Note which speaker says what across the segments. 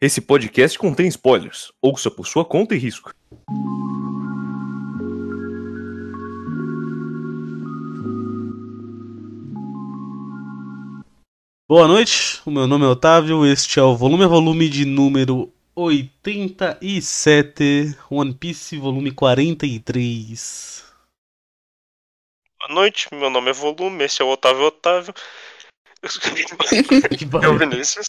Speaker 1: Esse podcast contém spoilers. Ouça por sua conta e risco.
Speaker 2: Boa noite, o meu nome é Otávio, este é o volume a volume de número 87, One Piece volume 43.
Speaker 3: Boa noite, meu nome é Volume, esse é o Otávio Otávio.
Speaker 2: Que
Speaker 3: É o
Speaker 2: barulho.
Speaker 3: Vinícius.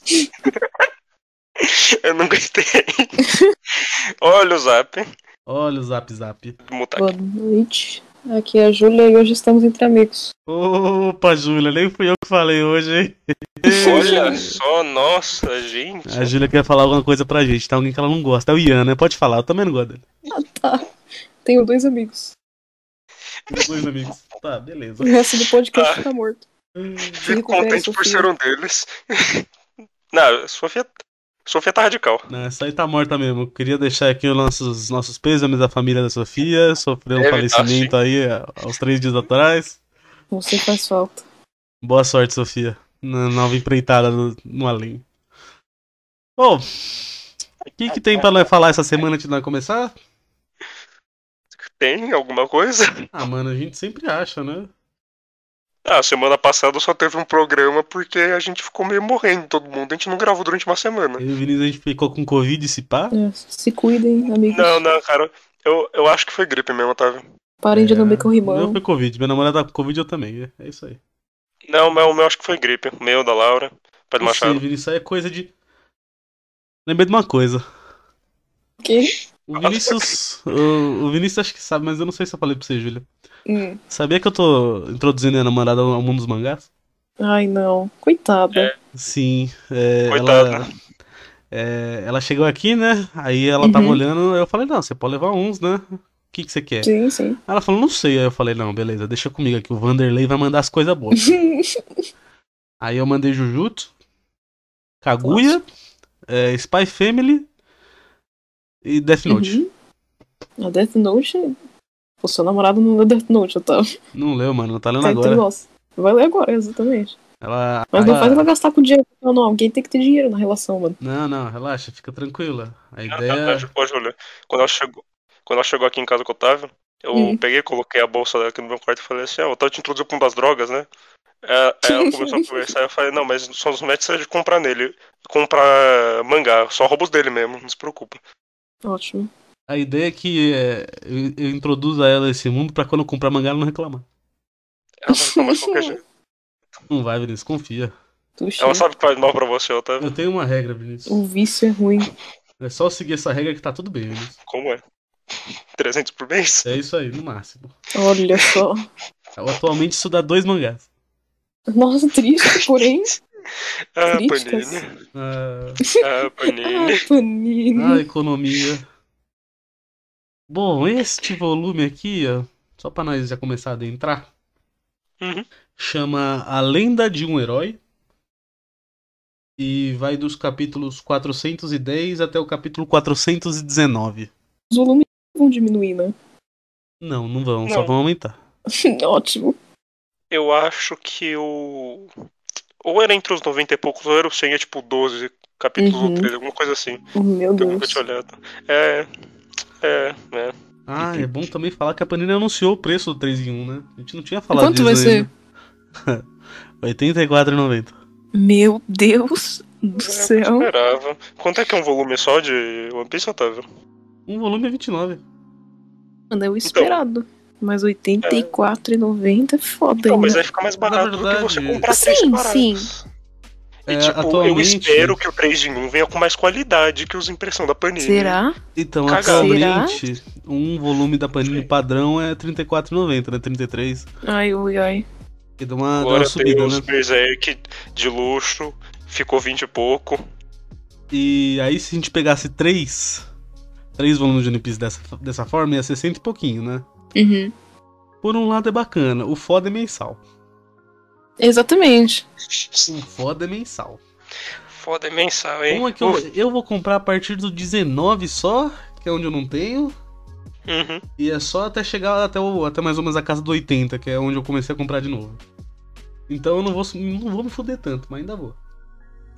Speaker 3: Eu não gostei. Olha o zap.
Speaker 2: Olha o zap zap.
Speaker 3: Vou mutar
Speaker 4: Boa
Speaker 3: aqui.
Speaker 4: noite. Aqui é a Júlia e hoje estamos entre amigos.
Speaker 2: Opa, Júlia, nem fui eu que falei hoje, hein?
Speaker 3: Olha só, nossa, gente.
Speaker 2: A Júlia quer falar alguma coisa pra gente, tá? Alguém que ela não gosta. É o Ian, né? Pode falar, eu também não gosto dele.
Speaker 4: Tá. Tenho dois amigos.
Speaker 2: Dois amigos. Tá, beleza.
Speaker 4: O resto do podcast tá morto.
Speaker 3: Fico
Speaker 4: recupera,
Speaker 3: contente por
Speaker 4: Sofia.
Speaker 3: ser um deles. Não, Sofia. Sofia tá radical.
Speaker 2: Não, essa aí tá morta mesmo. Eu Queria deixar aqui os nossos, nossos pêsames da família da Sofia. Sofreu um
Speaker 3: Deve tá,
Speaker 2: falecimento aí ah, aos três dias atrás.
Speaker 4: Você faz falta.
Speaker 2: Boa sorte, Sofia. Na nova empreitada no, no além. Bom, o que, que tem pra nós falar essa semana antes de nós começar?
Speaker 3: Tem alguma coisa?
Speaker 2: Ah, mano, a gente sempre acha, né?
Speaker 3: Ah, semana passada só teve um programa porque a gente ficou meio morrendo, todo mundo. A gente não gravou durante uma semana.
Speaker 2: Eu e o Vinícius, a gente ficou com Covid e se pá.
Speaker 4: É, se cuidem, amigos.
Speaker 3: Não, não, cara. Eu, eu acho que foi gripe mesmo, Otávio.
Speaker 4: Parem de
Speaker 2: É,
Speaker 4: lamber com o
Speaker 2: O meu
Speaker 4: rimão.
Speaker 2: foi Covid. Minha namorada tá com Covid, eu também. É, é isso aí.
Speaker 3: Não, o meu, o meu acho que foi gripe. O meu, da Laura. Pedro
Speaker 2: Não sei,
Speaker 3: Machado.
Speaker 2: Vinícius, isso aí é coisa de... Lembrei de uma coisa.
Speaker 4: Que?
Speaker 2: O Vinícius. o, o Vinícius acho que sabe, mas eu não sei se eu falei pra você, Júlia.
Speaker 4: Hum.
Speaker 2: Sabia que eu tô introduzindo minha namorada ao mundo dos mangás?
Speaker 4: Ai, não. Coitada.
Speaker 2: Sim. é,
Speaker 3: Coitada.
Speaker 2: Ela, é, ela chegou aqui, né? Aí ela tava
Speaker 4: Uhum.
Speaker 2: olhando, eu falei, não, você pode levar uns, né? O que, que você
Speaker 3: É.
Speaker 2: quer?
Speaker 4: Sim, sim.
Speaker 2: Ela falou, não sei. Aí eu falei, não, beleza, deixa comigo aqui. O Vanderlei vai mandar as coisas boas. Aí eu mandei Jujutsu, Kaguya, é, Spy Family e Death Note.
Speaker 4: Uhum. A Death Note. O seu namorado não leu Death Note, Otávio.
Speaker 2: Não leu, mano, tá lendo
Speaker 4: Tá entre
Speaker 2: agora. Ah.
Speaker 4: nós. Vai ler agora, exatamente.
Speaker 2: Ela.
Speaker 4: Mas não
Speaker 2: ela-
Speaker 4: faz ela gastar com dinheiro. Não, não. Alguém tem que ter dinheiro na relação, mano.
Speaker 2: Não, não, relaxa, fica tranquila. A
Speaker 3: Não, tá
Speaker 2: ideia.
Speaker 3: não, Ô, Júlia, quando ela chegou, quando ela chegou aqui em casa com o Otávio, eu
Speaker 4: Hum.
Speaker 3: peguei, coloquei a bolsa dela aqui no meu quarto e falei assim, ah, o Otávio te introduziu pra um das drogas, né? É, Aí ela começou a conversar e eu falei, não, mas só não mete de comprar nele, comprar mangá, só roubos dele mesmo, não se preocupa.
Speaker 4: Ótimo.
Speaker 2: A ideia é que é, eu, eu introduzo a ela esse mundo pra quando eu comprar mangá ela não reclamar.
Speaker 3: Ela vai tomar de qualquer jeito.
Speaker 2: Não vai, Vinícius, confia.
Speaker 4: Tuxi.
Speaker 3: Ela sabe que faz mal pra você, Otávio.
Speaker 2: Eu tenho uma regra, Vinícius.
Speaker 4: O vício é ruim.
Speaker 2: É só eu seguir essa regra que tá tudo bem, Vinícius.
Speaker 3: Como é? 300 por mês?
Speaker 2: É isso aí, no máximo.
Speaker 4: Olha só.
Speaker 2: Atualmente isso dá dois mangás.
Speaker 4: Nossa, triste, porém.
Speaker 3: Ah,
Speaker 4: Críticas.
Speaker 3: Panini.
Speaker 2: Ah,
Speaker 3: Ah, Panini.
Speaker 4: Ah, Panini.
Speaker 2: a economia. Bom, este volume aqui, ó, só pra nós já começar a adentrar,
Speaker 3: Uhum.
Speaker 2: chama A Lenda de um Herói e vai dos capítulos 410 até o capítulo 419.
Speaker 4: Os volumes vão diminuir, né?
Speaker 2: Não, não vão, só
Speaker 3: Não.
Speaker 2: vão aumentar.
Speaker 4: Ótimo.
Speaker 3: Eu acho que o. Ou era entre os 90 e poucos, ou era o 100, é tipo 12 capítulos ou
Speaker 4: Uhum.
Speaker 3: 13, alguma coisa assim. Eu
Speaker 4: Meu Deus.
Speaker 3: nunca tinha olhado. É. É, é.
Speaker 2: Ah, é bom também falar que a Panini anunciou o preço do 3 em 1, né? A gente não tinha falado
Speaker 4: Quanto vai
Speaker 2: disso
Speaker 4: ser?
Speaker 2: ainda. R$ 84,90.
Speaker 4: Meu Deus do
Speaker 3: Eu
Speaker 4: céu.
Speaker 3: esperava. Quanto é que é um volume só de One Piece, Otávio?
Speaker 2: Um volume é 29.
Speaker 4: Mano, é
Speaker 3: Então.
Speaker 4: o esperado. Mas 84,90 é foda
Speaker 3: Não,
Speaker 4: ainda.
Speaker 3: mas aí fica mais barato
Speaker 2: verdade-
Speaker 3: do que você comprar
Speaker 4: Sim,
Speaker 3: três
Speaker 4: sim.
Speaker 3: paradas. E
Speaker 2: É,
Speaker 3: tipo, eu
Speaker 2: atualmente-
Speaker 3: espero que o 3 em 1 venha com mais qualidade que os impressão da Panini.
Speaker 4: Será?
Speaker 2: Então,
Speaker 3: Cagado.
Speaker 2: atualmente, um volume da Panini padrão é 34,90, né? 33.
Speaker 4: Ai, ui, ai.
Speaker 2: Que dá uma, dá uma
Speaker 3: Agora tem
Speaker 2: subida,
Speaker 3: os
Speaker 2: né?
Speaker 3: Berserk de luxo, ficou 20 e pouco.
Speaker 2: E aí, se a gente pegasse três, três volumes de One Piece dessa, dessa forma, ia ser 60 e pouquinho, né?
Speaker 4: Uhum.
Speaker 2: Por um lado é bacana, o foda é mensal.
Speaker 4: Exatamente.
Speaker 2: O foda é mensal.
Speaker 3: Foda é mensal, hein?
Speaker 2: Como é que eu, eu vou comprar a partir do 19 só, que é onde eu não tenho,
Speaker 3: Uhum.
Speaker 2: e é só até chegar até, o, até mais ou menos a casa do 80, que é onde eu comecei a comprar de novo. Então eu não vou, su- não vou me fuder tanto, mas ainda vou.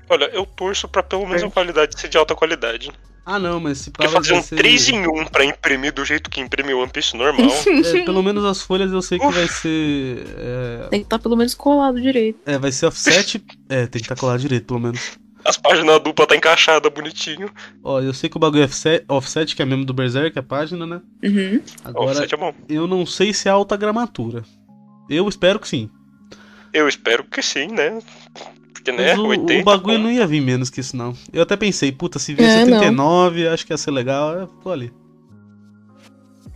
Speaker 3: Olha, eu torço pra pelo menos a qualidade ser de alta qualidade.
Speaker 2: Ah, não, mas se pá,
Speaker 3: Porque
Speaker 2: vai
Speaker 3: fazer um
Speaker 2: ser-
Speaker 3: 3 em 1 pra imprimir do jeito que imprime o One Piece normal.
Speaker 2: é, Pelo menos as folhas eu sei que
Speaker 3: Uf.
Speaker 2: vai ser. é,
Speaker 4: Tem que estar pelo menos colado direito.
Speaker 2: É, vai ser offset. É, tem que estar colado direito, pelo menos.
Speaker 3: As páginas duplas tá encaixada bonitinho.
Speaker 2: Ó, eu sei que o bagulho é offset, offset, que é mesmo do Berserk, a página, né?
Speaker 4: Uhum.
Speaker 3: Ó, O
Speaker 2: Agora,
Speaker 3: offset é bom.
Speaker 2: eu não sei se é alta gramatura. Eu espero que sim.
Speaker 3: Eu espero que sim, né? Porque, né,
Speaker 2: Mas o,
Speaker 3: 80,
Speaker 2: o bagulho
Speaker 3: pô.
Speaker 2: não ia vir menos que isso, não. Eu até pensei, puta, se vier
Speaker 4: É, não.
Speaker 2: 79, acho que ia ser legal. Eu vou ali.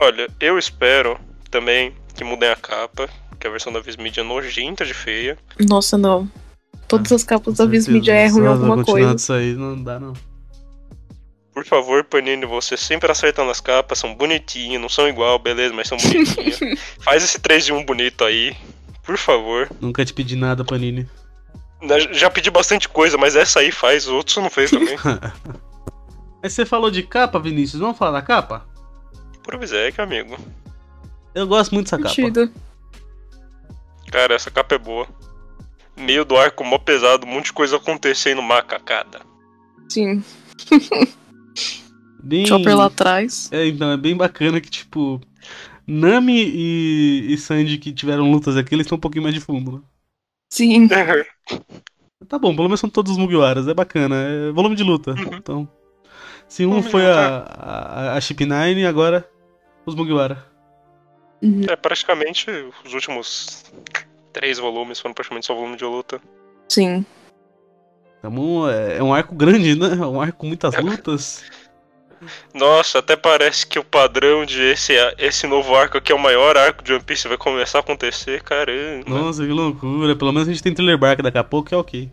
Speaker 3: Olha, eu espero também que mudem a capa, que a versão da Vismídia é nojenta de feia.
Speaker 4: Nossa, não. Todas as
Speaker 2: Com
Speaker 4: capas da
Speaker 2: Ah, certeza.
Speaker 4: Vismídia erram em
Speaker 2: Nossa,
Speaker 4: alguma
Speaker 2: vai continuar
Speaker 4: coisa.
Speaker 2: disso aí, não dá, não.
Speaker 3: Por favor, Panini, você sempre acertando as capas, são bonitinhas, não são igual, beleza, mas são bonitinhas. Faz esse 3 em 1 bonito aí, por favor.
Speaker 2: Nunca te pedi nada, Panini.
Speaker 3: Na- Né, Já pedi bastante coisa, mas essa aí faz, outros não fez também.
Speaker 2: Mas você falou de capa, Vinícius. Vamos falar da capa?
Speaker 3: Puro Bizek, amigo.
Speaker 2: Eu gosto muito dessa capa.
Speaker 4: Sentido.
Speaker 3: Cara, essa capa é boa. Meio do arco mó pesado, um monte de coisa acontecendo, macacada.
Speaker 4: Sim.
Speaker 2: Bem...
Speaker 4: Chopper lá atrás.
Speaker 2: É, então, é bem bacana que, tipo, Nami e, e Sandy que tiveram lutas aqui, eles estão um pouquinho mais de fundo, né?
Speaker 4: Sim.
Speaker 3: É,
Speaker 2: Tá bom, pelo menos são todos Mugiwaras, é bacana, é volume de luta. Então, se um
Speaker 3: Uhum. Volume de
Speaker 2: foi a,
Speaker 3: luta.
Speaker 2: a, a Chip 9, agora os Mugiwara.
Speaker 4: Uhum.
Speaker 3: É, praticamente os últimos três volumes foram praticamente só volume de luta.
Speaker 4: Sim.
Speaker 2: Então, é, é um arco grande, né? É um arco com muitas
Speaker 3: É.
Speaker 2: lutas.
Speaker 3: Nossa, até parece que o padrão de esse, esse novo arco aqui é o maior arco de One Piece, vai começar a acontecer, caramba.
Speaker 2: Nossa, que loucura. Pelo menos a gente tem thriller bark daqui a pouco, que é ok.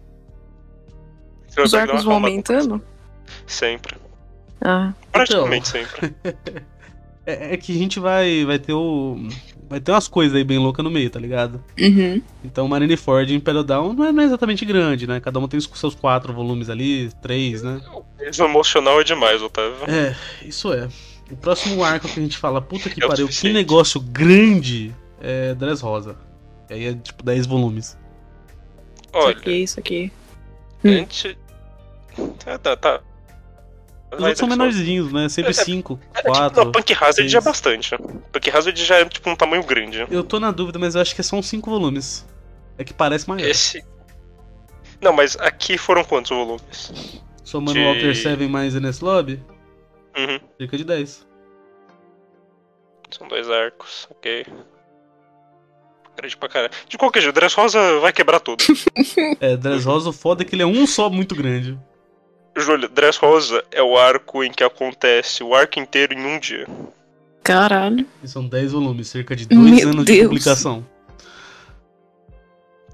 Speaker 3: Você vai
Speaker 4: Os
Speaker 3: dar uma
Speaker 4: arcos vão
Speaker 3: acalmada.
Speaker 4: aumentando.
Speaker 3: Sempre.
Speaker 4: Ah.
Speaker 3: Praticamente sempre.
Speaker 2: É, é que a gente vai, vai ter o. Vai ter umas coisas aí bem loucas no meio, tá ligado?
Speaker 4: Uhum.
Speaker 2: Então, Marineford e Imperial Down não é, não é exatamente grande, né? Cada um tem os seus quatro volumes ali, três, né?
Speaker 3: Esse emocional é demais, Otávio.
Speaker 2: É, isso é. O próximo arco que a gente fala, puta que
Speaker 3: É o
Speaker 2: pariu, que
Speaker 3: suficiente.
Speaker 2: negócio grande é Dress Rosa. E aí é tipo 10 volumes.
Speaker 3: Olha,
Speaker 4: Isso aqui, isso aqui. Hum.
Speaker 3: antes. Ah, tá, tá.
Speaker 2: Os outros são menorzinhos, né? Sempre
Speaker 3: É, é-
Speaker 2: 5,
Speaker 3: É, tipo,
Speaker 2: 4.
Speaker 3: não, Punk Hazard
Speaker 2: seis.
Speaker 3: já é bastante. Punk Hazard já é tipo um tamanho grande.
Speaker 2: Eu tô na dúvida, mas eu acho que são 5 volumes. É que parece maior.
Speaker 3: Esse. Não, mas aqui foram quantos volumes?
Speaker 2: Somando
Speaker 3: de-
Speaker 2: o Walter 7 mais Enes Lobby,
Speaker 3: Uhum.
Speaker 2: cerca de 10.
Speaker 3: São dois arcos, ok. Grande pra caralho. De qualquer jeito, Dress Rosa vai quebrar tudo.
Speaker 2: É, Dress Rosa, o foda é que ele é um só muito grande.
Speaker 3: Júlio, Dress Rosa é o arco em que acontece o arco inteiro em um dia.
Speaker 4: Caralho.
Speaker 2: E são 10 volumes, cerca de 2
Speaker 4: Meu
Speaker 2: anos de
Speaker 4: Deus.
Speaker 2: publicação.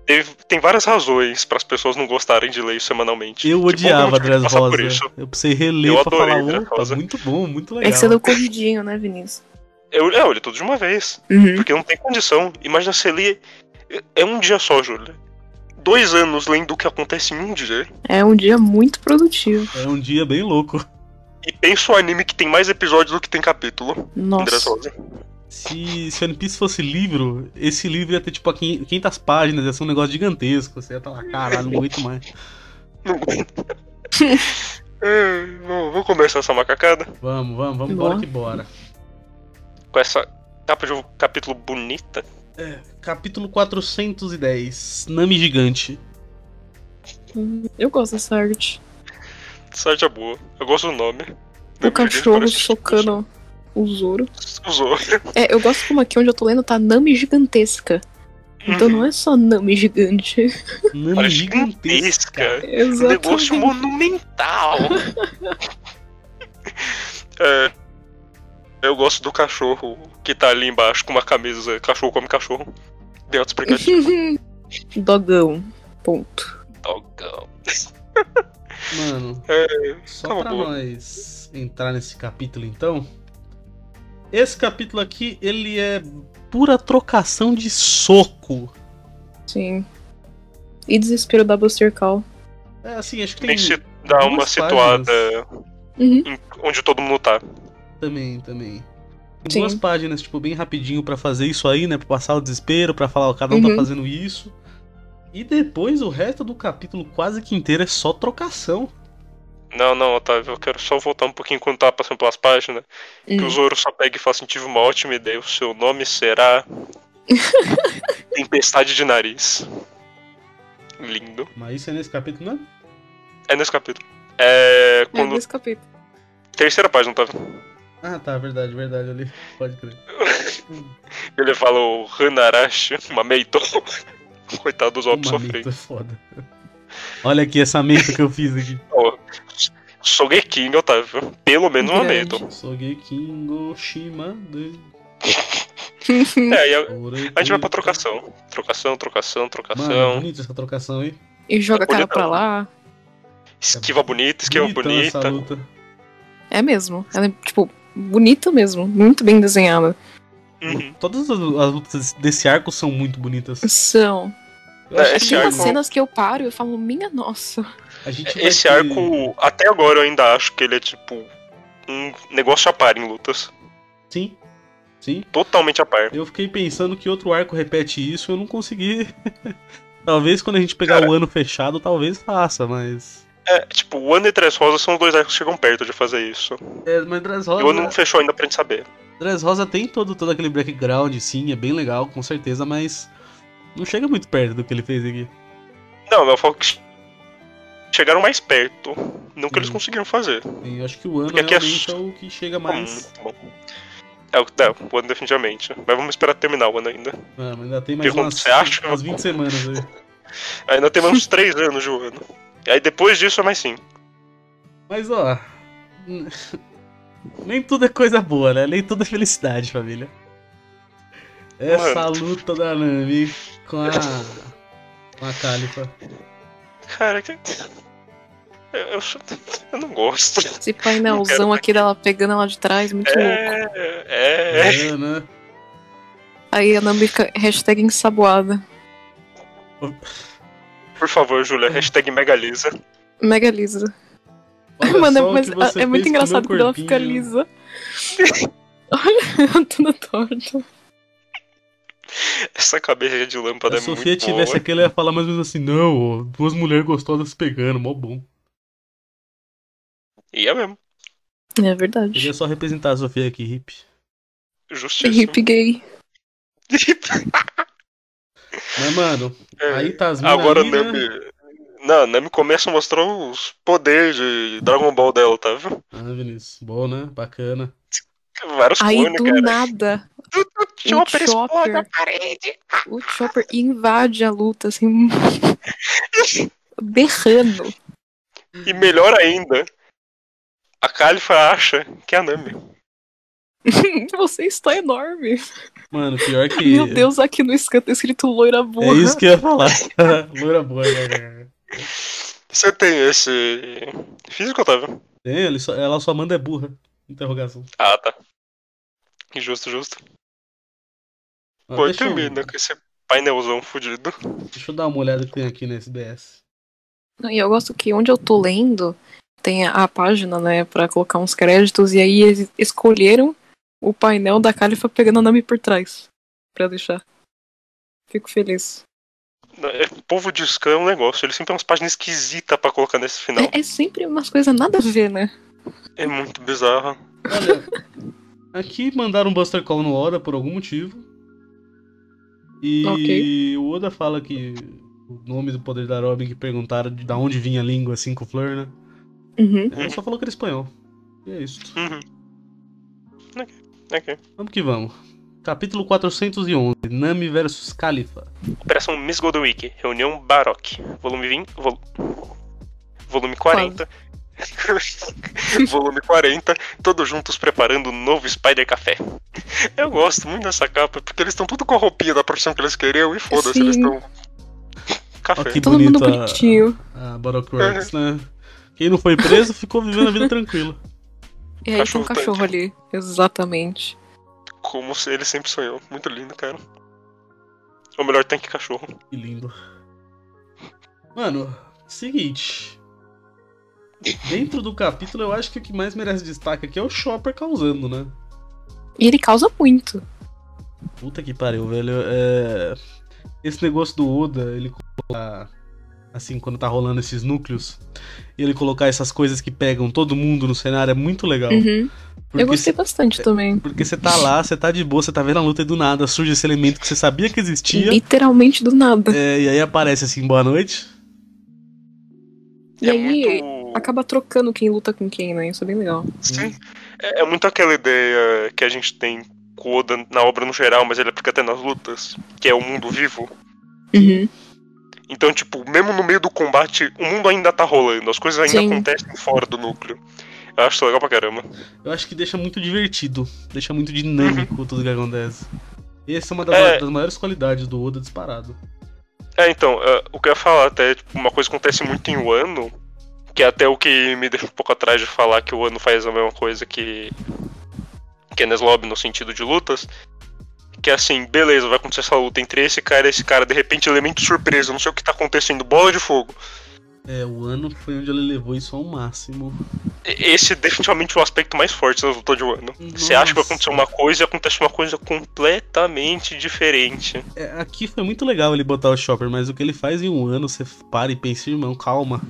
Speaker 3: Teve- tem várias razões para as pessoas não gostarem de ler isso semanalmente.
Speaker 2: Eu
Speaker 3: Que bom que eu não
Speaker 2: odiava
Speaker 3: tive Tipo, que
Speaker 2: Dress
Speaker 3: passar por
Speaker 2: Rosa.
Speaker 3: isso.
Speaker 2: Eu precisei reler
Speaker 3: Eu
Speaker 2: pra falar,
Speaker 3: adorei Dress
Speaker 2: opa,
Speaker 3: Rosa."
Speaker 2: muito bom, muito legal.
Speaker 4: É que você deu corridinho, né, Vinícius?
Speaker 3: Eu, é, eu li tudo de uma vez.
Speaker 4: Uhum.
Speaker 3: Porque não tem condição. Imagina você ler. É um dia só, Júlio. Dois anos lendo o que acontece em um dia.
Speaker 4: É um dia muito produtivo.
Speaker 2: É um dia bem louco.
Speaker 3: E pensa o anime que tem mais episódios do que tem capítulo. Dress
Speaker 4: Nossa.
Speaker 3: Rosa.
Speaker 2: Se, se One Piece fosse livro, esse livro ia ter tipo a quin- 500 páginas, ia ser um negócio gigantesco. Você ia estar lá, caralho, não aguento mais.
Speaker 3: Não aguento. É, vamos vamos começar essa macacada
Speaker 2: Vamos, vamos, vamos,
Speaker 4: Boa.
Speaker 2: bora que bora.
Speaker 3: com essa capa de um capítulo bonita.
Speaker 2: Capítulo 410, Nami Gigante.
Speaker 4: Eu gosto dessa arte.
Speaker 3: Sorte é boa. Eu gosto do nome.
Speaker 4: O Um cachorro socando o Zoro.
Speaker 3: Usou.
Speaker 4: É, eu gosto como aqui onde eu tô lendo tá Nami gigantesca. Então não é só Nami gigante.
Speaker 2: Nami
Speaker 3: Olha,
Speaker 2: Gigantesca.
Speaker 3: gigantesca. Um
Speaker 4: Exatamente.
Speaker 3: negócio monumental. É, eu gosto do cachorro que tá ali embaixo com uma camisa. Cachorro come cachorro. Deu explicativo.
Speaker 4: Dogão. Ponto.
Speaker 3: Dogão.
Speaker 2: Mano, só
Speaker 3: tá
Speaker 2: pra
Speaker 3: boa.
Speaker 2: nós entrar nesse capítulo então. Esse capítulo aqui, ele é pura trocação de soco.
Speaker 4: Sim. E desespero da Buster Call.
Speaker 2: É assim, acho que tem.
Speaker 3: Tem que se dar uma
Speaker 2: duas
Speaker 3: situada
Speaker 4: Uhum.
Speaker 3: em- onde todo mundo tá.
Speaker 2: Também, também. Tem
Speaker 4: Sim.
Speaker 2: duas páginas, tipo, bem rapidinho pra fazer isso aí, né? Pra passar o desespero, pra falar, ó, cada um tá
Speaker 4: Uhum.
Speaker 2: fazendo isso. E depois o resto do capítulo quase que inteiro é só trocação.
Speaker 3: Não, não, Otávio, eu quero só voltar um pouquinho quando tava passando pelas páginas. Que o Zoro só pega e fala assim: tive uma ótima ideia, o seu nome será. Tempestade de Nariz. Lindo.
Speaker 2: Mas isso é nesse capítulo mesmo?
Speaker 3: É nesse capítulo. É.
Speaker 4: É
Speaker 3: Quando...
Speaker 4: nesse capítulo.
Speaker 3: Terceira página, Otávio.
Speaker 2: Ah, tá, verdade, verdade, ali. Pode crer.
Speaker 3: Ele fala o Hanarashi, uma Meito. Coitado dos homens
Speaker 2: Uma
Speaker 3: sofrendo.
Speaker 2: mito é foda. Olha aqui essa meta que eu fiz aqui.
Speaker 3: Sogeking, Otávio. tá, Pelo menos uma
Speaker 4: Grande.
Speaker 3: Meito.
Speaker 2: Sogekin go Shima de...
Speaker 3: É, e a, a gente vai pra trocação. Trocação, trocação,
Speaker 2: Mano,
Speaker 3: trocação.
Speaker 2: bonita essa trocação, hein?
Speaker 4: E joga a cara
Speaker 3: Bonitão.
Speaker 4: pra lá.
Speaker 3: Esquiva bonita, esquiva
Speaker 2: Bonitão essa
Speaker 3: é bonita.
Speaker 2: luta.
Speaker 4: É mesmo. Ela é, tipo, bonita mesmo. Muito bem desenhada.
Speaker 3: Uhum.
Speaker 2: Todas as, as lutas desse arco são muito bonitas.
Speaker 4: São.
Speaker 2: Eu
Speaker 3: É,
Speaker 2: acho
Speaker 3: esse
Speaker 2: que
Speaker 4: Tem umas
Speaker 3: arco-
Speaker 4: cenas que eu paro e eu falo, minha nossa.
Speaker 2: a gente vai
Speaker 3: Esse
Speaker 2: ter-
Speaker 3: arco, até agora eu ainda acho que ele é tipo um negócio a par em lutas.
Speaker 2: Sim. Sim.
Speaker 3: Totalmente a par.
Speaker 2: Eu fiquei pensando que outro arco repete isso, eu não consegui. talvez quando a gente pegar
Speaker 3: Cara.
Speaker 2: o ano fechado, talvez faça, mas.
Speaker 3: É, tipo, o Ano e Três Rosas são os dois arcos que chegam perto de fazer isso.
Speaker 2: É, mas Dress
Speaker 3: E o Ano não
Speaker 2: Rosa,
Speaker 3: fechou ainda pra gente saber.
Speaker 2: tem todo, todo aquele background, sim, é bem legal, com certeza, mas. Não chega muito perto do que ele fez aqui.
Speaker 3: Não, eu falo que chegaram mais perto. Não que eles
Speaker 2: Hum.
Speaker 3: conseguiram fazer.
Speaker 2: Sim, Eu acho que o ano
Speaker 3: Porque aqui é
Speaker 2: realmente é...
Speaker 3: su-
Speaker 2: o que chega mais.
Speaker 3: Hum, muito bom. É, o- não, o Ano definitivamente. Mas vamos esperar terminar o Ano ainda.
Speaker 2: Ah, mas ainda tem mais
Speaker 3: Pergunta,
Speaker 2: umas,
Speaker 3: Hum. você acha?
Speaker 2: umas 20 semanas aí.
Speaker 3: Ainda tem mais uns três anos de um Ano. Aí depois disso é mais sim.
Speaker 2: Mas ó. Nem tudo é coisa boa, né? Nem tudo é felicidade, família. Essa luta da Nami com a. com a Califa.
Speaker 3: Cara, que... Eu, eu, eu não gosto.
Speaker 4: Esse painelzão aqui dela pegando ela de trás, muito louco.
Speaker 3: É, é, é.
Speaker 2: É, né?
Speaker 4: Aí a Nami fica hashtag ensaboada.
Speaker 3: Por favor, Júlia, hashtag megalisa.
Speaker 4: Mega lisa.
Speaker 2: Olha
Speaker 4: Mano,
Speaker 2: só o
Speaker 4: mas
Speaker 2: que você
Speaker 4: é muito
Speaker 2: fez com
Speaker 4: engraçado
Speaker 2: meu
Speaker 4: quando ela fica
Speaker 2: corpinho.
Speaker 4: lisa. Olha, toda torta.
Speaker 3: Essa cabeça de
Speaker 2: Se
Speaker 3: lâmpada
Speaker 2: a
Speaker 3: é muito
Speaker 2: Sofia tivesse
Speaker 3: boa.
Speaker 2: aqui, ela ia falar mais ou menos assim: não, ó, duas mulheres gostosas pegando, mó bom.
Speaker 3: E é mesmo.
Speaker 4: É verdade.
Speaker 2: Queria só representar a Sofia aqui, hip.
Speaker 3: Justiça.
Speaker 4: Hip gay.
Speaker 2: Mas, mano,
Speaker 3: É.
Speaker 2: aí tá as minas
Speaker 3: Agora a
Speaker 2: ali, né?
Speaker 3: Nami. Não, a Nami começa a mostrar os poderes de Dragon Ball dela, tá vendo?
Speaker 2: Ah, Vinícius, bom, né? Bacana.
Speaker 3: Vários
Speaker 4: Aí
Speaker 3: clones,
Speaker 4: do
Speaker 3: cara.
Speaker 4: nada,
Speaker 3: Chopper
Speaker 4: Chopper.
Speaker 3: explode a parede.
Speaker 4: o Chopper invade a luta, assim. berrando.
Speaker 3: E melhor ainda, a Califa acha que é a Nami.
Speaker 4: Você está enorme.
Speaker 2: Mano, pior que.
Speaker 4: Meu Deus, aqui no escanto tá escrito loira burra.
Speaker 2: É isso que eu ia falar. Loura boa, né?
Speaker 3: Você tem esse físico, tá vendo?
Speaker 2: Tem, ele só- ela só manda é burra. Interrogação.
Speaker 3: Ah, tá. Justo, justo.
Speaker 2: Ó,
Speaker 3: Pô,
Speaker 2: deixa, eu,
Speaker 3: termina com esse painelzão fudido.
Speaker 2: deixa eu dar uma olhada que tem aqui na SBS.
Speaker 4: E eu gosto que onde eu tô lendo tem a página, né, pra colocar uns créditos, e aí eles escolheram o painel da Califa pegando a Nami por trás. Pra deixar. Fico feliz.
Speaker 3: É, o povo de Scan é um negócio, ele sempre tem umas páginas esquisitas pra colocar nesse final.
Speaker 4: É, é sempre umas coisas nada a ver, né?
Speaker 3: É muito bizarro.
Speaker 2: Olha, aqui mandaram um Buster Call no Oda por algum motivo. E
Speaker 4: Ok.
Speaker 2: o Oda fala que o nome do poder da Robin que perguntaram de da onde vinha a língua assim com o Fleur, né?
Speaker 4: Uhum.
Speaker 3: É.
Speaker 2: Ela só falou que era espanhol. E é isso.
Speaker 3: Uhum. Ok, ok.
Speaker 2: Vamos que vamos. Capítulo 411, Nami versus Califa.
Speaker 3: Operação Miss Golden Week, reunião Baroque, volume 20, vol- volume 40. volume 40, todos juntos preparando o novo Spider Café. Eu gosto muito dessa capa, porque eles estão tudo com a roupinha da profissão que eles queriam e foda-se,
Speaker 4: Sim.
Speaker 3: eles estão. Café.
Speaker 2: Ó, Ah, que
Speaker 4: Todo
Speaker 2: bonito
Speaker 4: mundo
Speaker 2: a-
Speaker 4: bonitinho.
Speaker 2: a Battleworks, né? Quem não foi preso ficou vivendo a vida tranquila.
Speaker 4: E aí
Speaker 3: Cachorro
Speaker 4: tem um cachorro
Speaker 3: tanque.
Speaker 4: ali. Exatamente.
Speaker 3: Como se ele sempre sonhou. Muito lindo, cara. Ou melhor, tanque cachorro.
Speaker 2: Que lindo. Mano, seguinte. Dentro do capítulo, eu acho que o que mais merece destaque aqui é o Chopper causando, né?
Speaker 4: E ele causa muito.
Speaker 2: Puta que pariu, velho. É... Esse negócio do Oda, ele colocar. Assim, quando tá rolando esses núcleos. E ele colocar essas coisas que pegam todo mundo no cenário é muito legal.
Speaker 4: Uhum.
Speaker 2: Porque é
Speaker 4: Eu gostei
Speaker 2: cê-
Speaker 4: bastante também.
Speaker 2: Porque você tá lá, você tá de boa, você tá vendo a luta e do nada surge esse elemento que você sabia que existia.
Speaker 4: Literalmente do nada.
Speaker 2: é, e aí aparece assim, boa noite.
Speaker 4: E
Speaker 3: é
Speaker 4: aí,
Speaker 3: muito.
Speaker 4: Acaba trocando quem luta com quem, né? Isso é bem legal.
Speaker 3: Sim. É, é muito aquela ideia que a gente tem com o Oda na obra no geral, mas ele aplica até nas lutas, que é o mundo vivo.
Speaker 4: Uhum.
Speaker 3: Então, tipo, mesmo no meio do combate, o mundo ainda tá rolando, as coisas ainda
Speaker 4: Sim.
Speaker 3: acontecem fora do núcleo. Eu acho isso legal pra caramba.
Speaker 2: Eu acho que deixa muito divertido, deixa muito dinâmico tudo que acontece. E essa é uma das,
Speaker 3: É.
Speaker 2: das maiores qualidades do Oda disparado.
Speaker 3: É, então, é, o que eu ia falar até, tipo, uma coisa que acontece muito em Wano, que é até o que me deixa um pouco atrás de falar que o Wano faz a mesma coisa que que Enes Lobby no sentido de lutas, que é assim, beleza, vai acontecer essa luta entre esse cara e esse cara, de repente elemento surpresa, não sei o que tá acontecendo, bola de fogo.
Speaker 2: É, o ano foi onde ele levou isso ao máximo.
Speaker 3: E- Esse é definitivamente o aspecto mais forte das lutas de Wano. Você acha que vai
Speaker 2: Nossa.
Speaker 3: acontecer uma coisa e acontece uma coisa completamente diferente.
Speaker 2: É, aqui foi muito legal ele botar o Chopper, mas o que ele faz em um ano, você para e pensa, irmão, calma.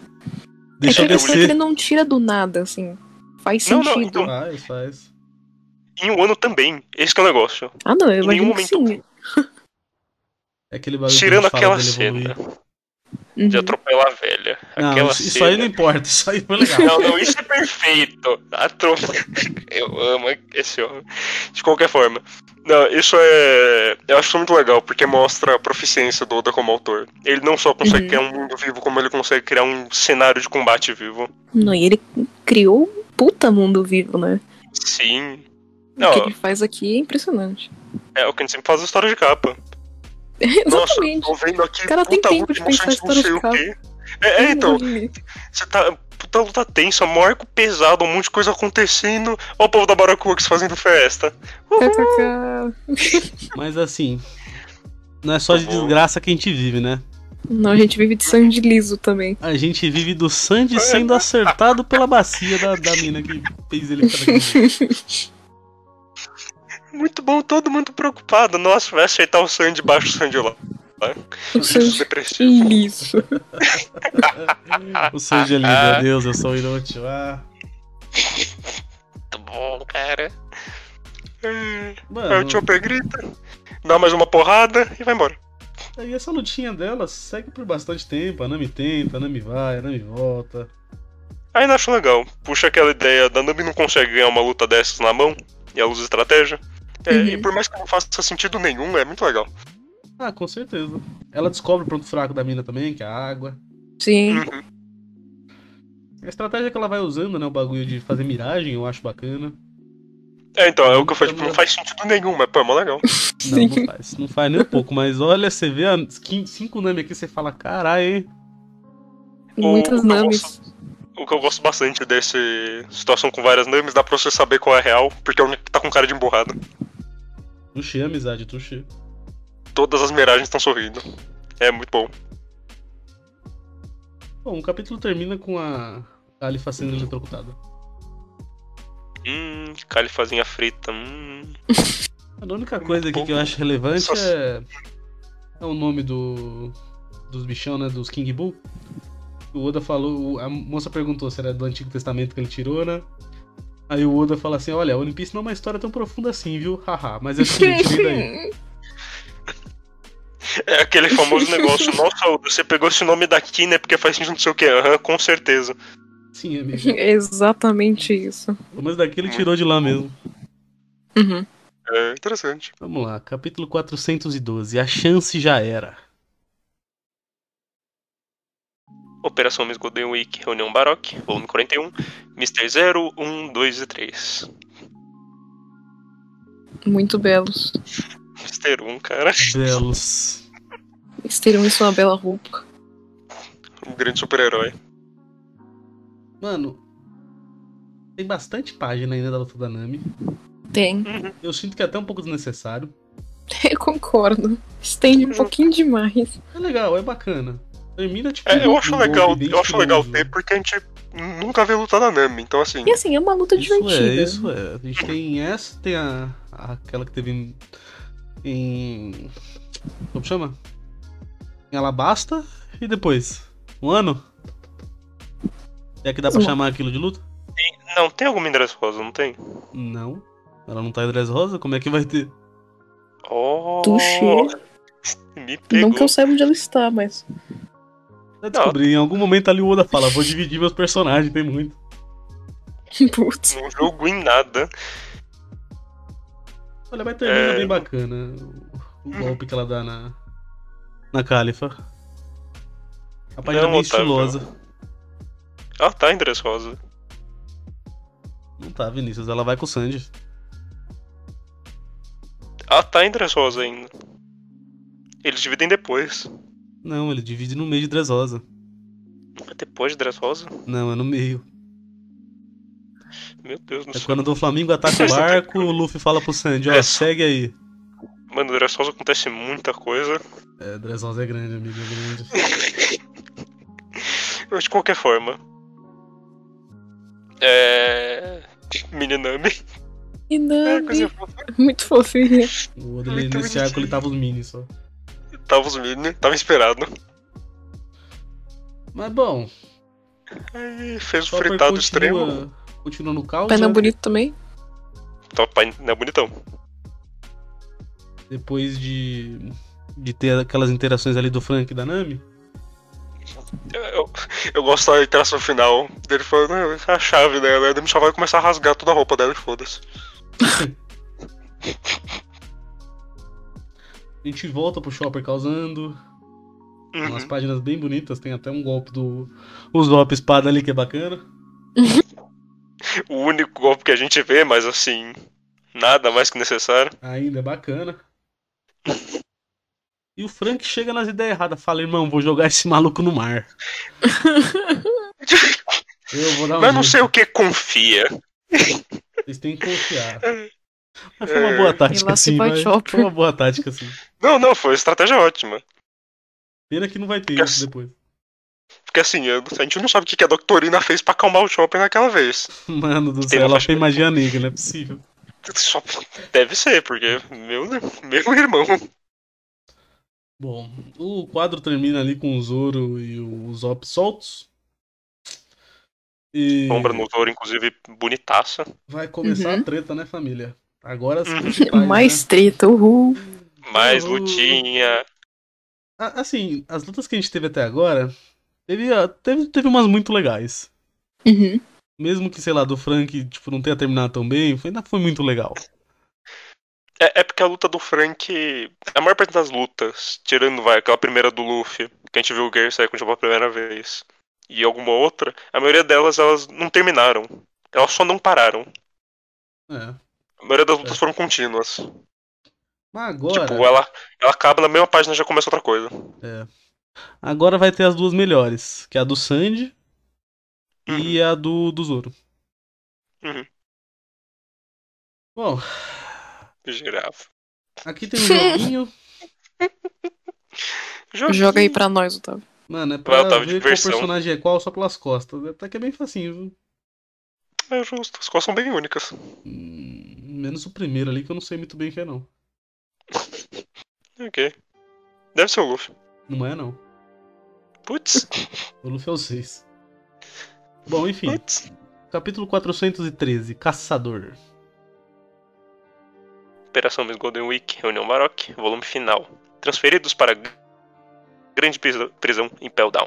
Speaker 2: Deixa
Speaker 4: é
Speaker 2: eu
Speaker 4: que ele, que ele
Speaker 2: descer.
Speaker 4: não tira do nada, assim. Faz
Speaker 3: Não,
Speaker 4: sentido.
Speaker 3: não, então-
Speaker 2: Faz, faz.
Speaker 3: Em um ano também, esse que é o negócio.
Speaker 4: Ah, não, eu
Speaker 3: Em nenhum
Speaker 4: imagino que
Speaker 3: momento.
Speaker 4: sim.
Speaker 2: É aquele bagulho que a
Speaker 3: Tirando
Speaker 2: gente fala
Speaker 3: aquela
Speaker 2: dele evoluir.
Speaker 3: cena
Speaker 4: Uhum.
Speaker 3: de atropelar a velha.
Speaker 2: Não,
Speaker 3: aquela
Speaker 2: isso, isso
Speaker 3: cena.
Speaker 2: aí não importa, isso aí foi legal.
Speaker 3: Não, não, isso é perfeito. A tropa. Eu amo esse homem. De qualquer forma. Não, isso é. Eu acho isso muito legal, porque mostra a proficiência do Oda como autor. Ele não só consegue
Speaker 4: Uhum.
Speaker 3: criar um mundo vivo, como ele consegue criar um cenário de combate vivo.
Speaker 4: Não, e ele criou um puta mundo vivo, né?
Speaker 3: Sim.
Speaker 4: O que
Speaker 3: Não,
Speaker 4: ele faz aqui é impressionante.
Speaker 3: é o que a gente sempre faz a história de capa. Nossa,
Speaker 4: Exatamente.
Speaker 3: tô vendo aqui.
Speaker 4: O cara tem
Speaker 3: puta
Speaker 4: tempo
Speaker 3: luta
Speaker 4: de pensar
Speaker 3: emocionante, não sei o
Speaker 4: história de Uhum.
Speaker 3: quê. É, é, então, você tá. Puta luta tensa, mó arco pesado, um monte de coisa acontecendo. Ó o povo da Barack Works fazendo festa.
Speaker 4: KKK.
Speaker 2: Mas assim, não é só de
Speaker 3: Tá bom.
Speaker 2: desgraça que a gente vive, né?
Speaker 4: Não, a gente vive de sangue liso também.
Speaker 2: A gente vive do Sandy sendo acertado pela bacia da, da mina que fez ele entrar aqui.
Speaker 3: Muito bom, todo mundo preocupado. Nossa, vai aceitar o Sandy baixo o Sandy lá.
Speaker 4: O
Speaker 3: Isso,
Speaker 4: sangue
Speaker 3: depressivo.
Speaker 4: liso.
Speaker 2: O Sandy ali, meu Deus, eu sou inútil. Ah.
Speaker 3: Muito bom, cara. É, aí
Speaker 2: Mano,
Speaker 3: o Chopper grita, dá mais uma porrada e vai embora.
Speaker 2: e essa lutinha dela segue por bastante tempo. A Nami tenta, a Nami vai, a Nami volta.
Speaker 3: Ainda acho legal. Puxa aquela ideia da Nami não consegue ganhar uma luta dessas na mão e ela usa estratégia. É,
Speaker 4: Uhum.
Speaker 3: E por mais que não faça sentido nenhum, é muito legal.
Speaker 2: Ah, com certeza. Ela descobre o ponto fraco da mina também, que é a água.
Speaker 4: Sim.
Speaker 3: Uhum.
Speaker 2: A estratégia que ela vai usando, né? O bagulho de fazer miragem, eu acho bacana.
Speaker 3: É, então, é o que eu falei, tipo, não faz sentido nenhum, mas pô, é mó legal.
Speaker 2: Não,
Speaker 4: Sim.
Speaker 2: não faz. Não faz nem um pouco, mas olha, você vê a quin- cinco Nami aqui, você fala, caralho, hein?
Speaker 4: Muitas
Speaker 3: Hum, Ou-
Speaker 4: names.
Speaker 3: O que eu gosto bastante dessa situação com várias Namis, dá pra você saber qual é a real, porque a única que tá com cara de emburrada.
Speaker 2: Tuxê, amizade, tuxê.
Speaker 3: Todas as miragens estão sorrindo. É muito bom.
Speaker 2: Bom, o capítulo termina com a Alifa sendo eletrocutada.
Speaker 3: Hum, califazinha frita. Hum.
Speaker 2: A única coisa aqui que eu acho relevante
Speaker 3: Só-
Speaker 2: é. É o nome do. Dos bichão, né? Dos King Bull. O Oda falou. o- A moça perguntou se era do Antigo Testamento que ele tirou, né? Aí o Oda fala assim: olha, One Piece não é uma história tão profunda assim, viu? Haha, mas é o seguinte, vem daí.
Speaker 3: É aquele famoso negócio. Nossa, Oda, você pegou esse nome daqui, né? Porque faz sentido não sei o que. Aham, com certeza.
Speaker 2: Sim, amigo.
Speaker 4: Exatamente isso.
Speaker 2: Mas daqui ele tirou de lá mesmo.
Speaker 4: Uhum.
Speaker 3: É interessante.
Speaker 2: Vamos lá, capítulo 412. A chance já era.
Speaker 3: Operação Miss Golden Week, Reunião Baroque, volume 41, Mr. 0, 1, 2 um, e 3.
Speaker 4: Muito belos.
Speaker 3: Mr. 1, cara.
Speaker 2: Belos.
Speaker 4: Eles teriam isso uma bela roupa.
Speaker 3: Um grande super-herói.
Speaker 2: Mano, tem bastante página ainda da luta da Nami.
Speaker 4: Tem.
Speaker 2: Eu sinto que é até um pouco desnecessário.
Speaker 4: Eu concordo. Estende
Speaker 3: Hum.
Speaker 4: um pouquinho demais.
Speaker 2: É legal, é bacana. Termina tipo.
Speaker 3: É, eu
Speaker 2: um
Speaker 3: acho
Speaker 2: golpe
Speaker 3: legal,
Speaker 2: bem
Speaker 3: eu acho legal
Speaker 2: estiloso.
Speaker 3: ter, porque a gente nunca vê lutar na Nami, então assim.
Speaker 4: E assim, é uma luta
Speaker 2: Isso
Speaker 4: divertida.
Speaker 2: é, isso é. A gente tem essa, tem a, aquela que teve em. em- Como chama? em Alabasta e depois? Um ano? É que dá pra
Speaker 4: Sim.
Speaker 2: chamar aquilo de luta?
Speaker 3: Não, tem alguma em Dressrosa, não tem?
Speaker 2: Não. Ela não tá em dress rosa? Como é que vai ter?
Speaker 3: Oh,
Speaker 4: Touché.
Speaker 3: me pegou.
Speaker 4: Não que eu saiba onde ela está, mas.
Speaker 2: Vai descobrir. Em algum momento ali o Oda fala: Vou dividir meus personagens, tem muito.
Speaker 4: Putz.
Speaker 3: Não jogo em nada.
Speaker 2: Olha, mas termina
Speaker 3: É.
Speaker 2: bem bacana o golpe que ela dá na. Na Califa. A página
Speaker 3: Não,
Speaker 2: é bem
Speaker 3: Otávio.
Speaker 2: estilosa.
Speaker 3: Ela tá em Dressrosa.
Speaker 2: Não tá, Vinícius, ela vai com o Sanji.
Speaker 3: Ela tá em Dressrosa ainda. Eles dividem depois.
Speaker 2: Não, ele divide no meio de Dressrosa.
Speaker 3: É Depois de Dressrosa?
Speaker 2: Não, é no meio.
Speaker 3: Meu Deus do
Speaker 2: É
Speaker 3: céu.
Speaker 2: quando o Flamengo ataca o barco, o Luffy fala pro Sanji, ó,
Speaker 3: É.
Speaker 2: segue aí.
Speaker 3: Mano, Dressrosa acontece muita coisa.
Speaker 2: É, Dressrosa é grande, amigo, é grande.
Speaker 3: Mas de qualquer forma. É. Mininami.
Speaker 4: E
Speaker 3: É,
Speaker 4: Nami,
Speaker 3: coisa fofa.
Speaker 4: muito fofinha.
Speaker 2: O Oda, ele,
Speaker 3: Muito
Speaker 2: nesse arco, ele
Speaker 3: bonitinho.
Speaker 2: tava os minis só.
Speaker 3: Tava os mini, tava esperado.
Speaker 2: Mas bom,
Speaker 3: Aí fez o
Speaker 2: Chopper
Speaker 3: fritado extremo.
Speaker 2: continua, continua no caos,
Speaker 4: Painel
Speaker 2: né?
Speaker 4: bonito também.
Speaker 3: Tava pai, né, bonitão.
Speaker 2: depois de, de ter aquelas interações ali do Frank e da Nami.
Speaker 3: Eu, eu- eu gosto da interação final dele falando "Ah, a chave dela, né? ele só vai começar a rasgar toda a roupa dela e foda-se.
Speaker 2: A gente volta pro Chopper causando, umas
Speaker 3: Uhum.
Speaker 2: páginas bem bonitas, tem até um golpe do... Os golpes espada ali que é bacana.
Speaker 3: O único golpe que a gente vê, mas assim, nada mais que necessário.
Speaker 2: Ainda é bacana. E o Frank chega nas ideias erradas. Fala, irmão, vou jogar esse maluco no mar. Eu vou dar um
Speaker 3: Mas não
Speaker 2: jeito,
Speaker 3: sei o que confia.
Speaker 2: Vocês têm que confiar.
Speaker 3: É.
Speaker 2: Mas foi uma boa
Speaker 4: E
Speaker 2: tática,
Speaker 4: lá se
Speaker 2: sim.
Speaker 4: vai
Speaker 2: mas
Speaker 4: Chopper.
Speaker 2: Foi uma boa tática, sim.
Speaker 3: Não, não, foi uma estratégia ótima.
Speaker 2: Pena que não vai ter isso depois.
Speaker 3: Porque assim, eu- a gente não sabe o que que a Doctorina fez pra acalmar o Chopper naquela vez.
Speaker 2: Mano do
Speaker 3: Tem
Speaker 2: céu,
Speaker 3: uma
Speaker 2: ela
Speaker 3: faixa-
Speaker 2: fez magia negra, não é possível.
Speaker 3: Só deve ser, porque meu, meu irmão.
Speaker 2: Bom, o quadro termina ali com o Zoro e o Zop soltos. E
Speaker 3: Sombra no Zoro, inclusive, bonitaça.
Speaker 2: vai começar
Speaker 4: Uhum.
Speaker 2: a treta, né, família? Agora as
Speaker 3: Uhum.
Speaker 2: principais, né?
Speaker 4: É Mais treta, uhul.
Speaker 3: Mais
Speaker 4: Uhum.
Speaker 2: Uhul.
Speaker 3: lutinha.
Speaker 2: A- Assim, as lutas que a gente teve até agora, teve, ah, teve, teve umas muito legais.
Speaker 4: Uhum.
Speaker 2: Mesmo que, sei lá, do Frank, tipo, não tenha terminado tão bem, foi- ainda foi muito legal.
Speaker 3: É, é porque a luta do Frank. A maior parte das lutas, tirando vai, aquela primeira do Luffy, que a gente viu o Gear sair com o Japão a primeira vez, e alguma outra, a maioria delas elas não terminaram. Elas só não pararam.
Speaker 2: É. né?
Speaker 3: A maioria das lutas foram contínuas.
Speaker 2: Mas agora,
Speaker 3: Tipo, ela, ela acaba na mesma página e já começa outra coisa.
Speaker 2: agora vai ter as duas melhores, que é a do Sandy e a do, do Zoro.
Speaker 3: Uhum.
Speaker 2: Bom,
Speaker 3: Girafa.
Speaker 2: aqui tem um joguinho.
Speaker 4: Joga aí pra nós, Otávio.
Speaker 2: Mano, é pra
Speaker 3: Otávio,
Speaker 2: ver qual
Speaker 3: diversão.
Speaker 2: personagem é qual só pelas costas. Até que é bem facinho, viu?
Speaker 3: É justo, as costas são bem únicas.
Speaker 2: Hum, Menos o primeiro ali, que eu não sei muito bem o que é, não.
Speaker 3: Ok. Deve ser o Luffy.
Speaker 2: Não é, não.
Speaker 3: Putz,
Speaker 2: O Luffy é o 6. Bom, enfim.
Speaker 3: putz.
Speaker 2: Capítulo 413, Caçador.
Speaker 3: Operação Miss Golden Week, Reunião Baroque, volume final. Transferidos para gr- Grande Prisão, prisão em Pell Down.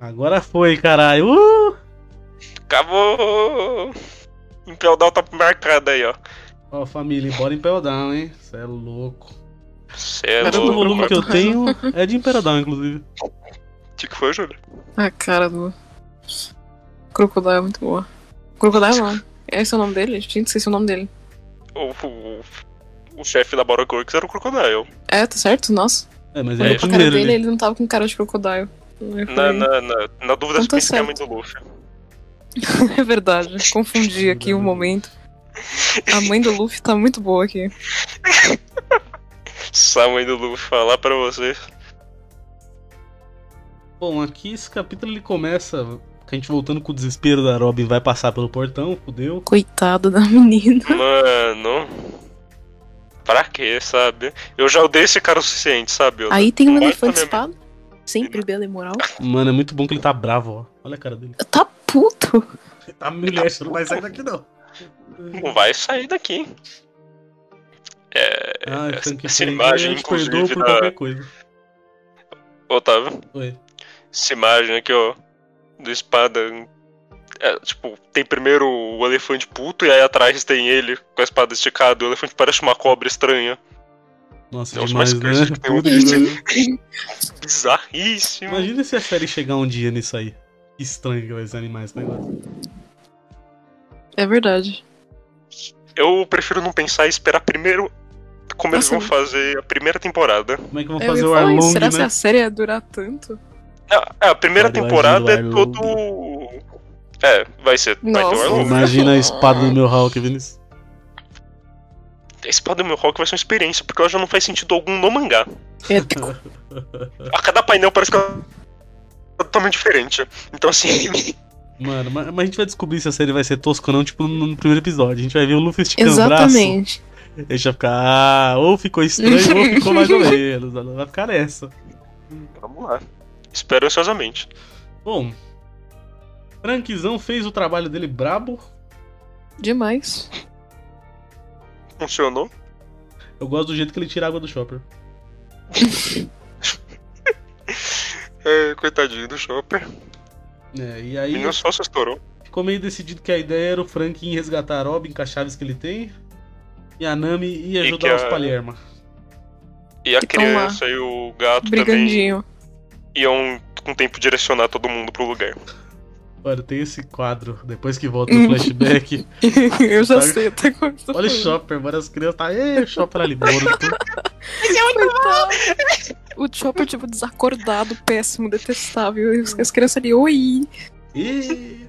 Speaker 2: Agora foi, caralho. Uh!
Speaker 3: Acabou! Em Pell Down tá marcada aí, ó.
Speaker 2: Ó, família, bora em Pell Down, hein? Você é louco.
Speaker 3: Cê é
Speaker 4: Cara,
Speaker 2: Todo
Speaker 4: louco,
Speaker 2: o Tá volume
Speaker 3: louco.
Speaker 2: que eu tenho é de Impel Down, inclusive.
Speaker 3: O que foi, Júlio?
Speaker 4: A cara do. Crocodile é muito boa. Crocodile não. Esse é o nome dele? Gente, esqueci o nome dele.
Speaker 3: O, o, o chefe da Baroque Works era o Crocodile.
Speaker 4: É, tá certo? Nossa.
Speaker 2: É, mas ele
Speaker 4: Olhei
Speaker 2: é o
Speaker 4: pra cara
Speaker 2: primeiro,
Speaker 4: dele
Speaker 2: né?
Speaker 4: ele não tava com cara de crocodile. Eu
Speaker 3: Na,
Speaker 4: falei,
Speaker 3: na, na, na dúvida,
Speaker 4: Então
Speaker 3: se pensa que
Speaker 4: tá
Speaker 3: é a
Speaker 4: certo.
Speaker 3: mãe do Luffy.
Speaker 4: É verdade, confundi aqui o momento. A mãe do Luffy tá muito boa aqui.
Speaker 3: Se a mãe do Luffy falar pra você.
Speaker 2: Bom, aqui esse capítulo ele começa com a gente voltando com o desespero da Robin vai passar pelo portão, fudeu.
Speaker 4: Coitada da menina.
Speaker 3: Mano. Pra quê, sabe? Eu já odeio esse cara o suficiente, sabe? Eu
Speaker 4: Aí tem um
Speaker 3: Vai
Speaker 4: elefante
Speaker 3: também,
Speaker 4: espada. Sempre bela e moral.
Speaker 2: Mano, é muito bom que ele tá bravo, ó. Olha a cara dele.
Speaker 4: Tá puto.
Speaker 2: Tá mulher, você não vai sair daqui, não.
Speaker 3: Não vai sair daqui. hein? É,
Speaker 2: Ah,
Speaker 3: essa,
Speaker 2: Frank
Speaker 3: essa
Speaker 2: Fairy,
Speaker 3: imagem,
Speaker 2: eu te perdoo
Speaker 3: inclusive, é
Speaker 2: por
Speaker 3: da.
Speaker 2: qualquer coisa.
Speaker 3: Otávio,
Speaker 2: Oi.
Speaker 3: essa imagem aqui, ó. Do espada. é, tipo, tem primeiro o elefante puto e aí atrás tem ele com a espada esticada. O elefante parece uma cobra estranha.
Speaker 2: Nossa,
Speaker 3: É os
Speaker 2: demais,
Speaker 3: mais crazy
Speaker 2: né?
Speaker 3: que tem hoje
Speaker 2: Puta
Speaker 3: em
Speaker 2: que
Speaker 3: Bizarríssimo.
Speaker 2: Imagina se a série chegar um dia nisso aí. Que estranho que vai ser animais né, esse negócio.
Speaker 4: É verdade.
Speaker 3: Eu prefiro não pensar e esperar primeiro como eles
Speaker 4: Nossa,
Speaker 3: vão fazer a primeira temporada.
Speaker 2: Como é que vão
Speaker 4: Eu
Speaker 2: fazer
Speaker 4: ia
Speaker 2: o
Speaker 4: falar isso,
Speaker 2: Arlong,
Speaker 4: será que é
Speaker 2: né?
Speaker 4: a série ia durar tanto?
Speaker 3: É, a primeira
Speaker 2: Cara, eu
Speaker 3: temporada é
Speaker 2: imagino o
Speaker 3: todo. É, vai ser. Vai ter o
Speaker 4: Nossa.
Speaker 3: Arlong.
Speaker 2: Imagina a espada do meu Hulk, Vinícius.
Speaker 3: A espada do meu rock vai ser uma experiência, porque ela já não faz sentido algum no mangá.
Speaker 4: Épico.
Speaker 3: A cada painel parece que ela é totalmente diferente. Então, assim,
Speaker 2: Mano, mas, mas a gente vai descobrir se a série vai ser tosca ou não, tipo, no, no primeiro episódio. A gente vai ver o Luffy esticando o um braço.
Speaker 4: Exatamente.
Speaker 2: A gente vai ficar, ah, ou ficou estranho ou ficou mais ou menos. Ela Vai ficar nessa.
Speaker 3: vamos lá. Espero ansiosamente.
Speaker 2: Bom, Frankzão fez o trabalho dele brabo.
Speaker 4: Demais.
Speaker 3: Funcionou?
Speaker 2: Eu gosto do jeito que ele tira a água do Chopper.
Speaker 3: É, coitadinho do Chopper.
Speaker 2: É, e
Speaker 3: O
Speaker 2: aí
Speaker 3: menino só se estourou.
Speaker 2: ficou meio decidido que a ideia era o Frank ir resgatar a Robin com as chaves que ele tem. E a Nami ia
Speaker 3: E
Speaker 2: ajudar
Speaker 3: que
Speaker 2: os
Speaker 3: a-
Speaker 2: Palerma.
Speaker 3: E a
Speaker 4: Que tão Então lá.
Speaker 3: criança e o gato também
Speaker 4: Brigandinho.
Speaker 3: iam com o tempo direcionar todo mundo pro lugar.
Speaker 2: Mano, tem esse quadro, depois que volta no flashback.
Speaker 4: Eu já
Speaker 2: Sabe?
Speaker 4: sei até como você tá
Speaker 2: Olha o
Speaker 4: falando.
Speaker 2: Chopper, mano, as crianças tá. Ê, o Chopper ali morto.
Speaker 4: Coitado. O Chopper, tipo, desacordado, péssimo, detestável. E as crianças ali, oi.
Speaker 2: Ê,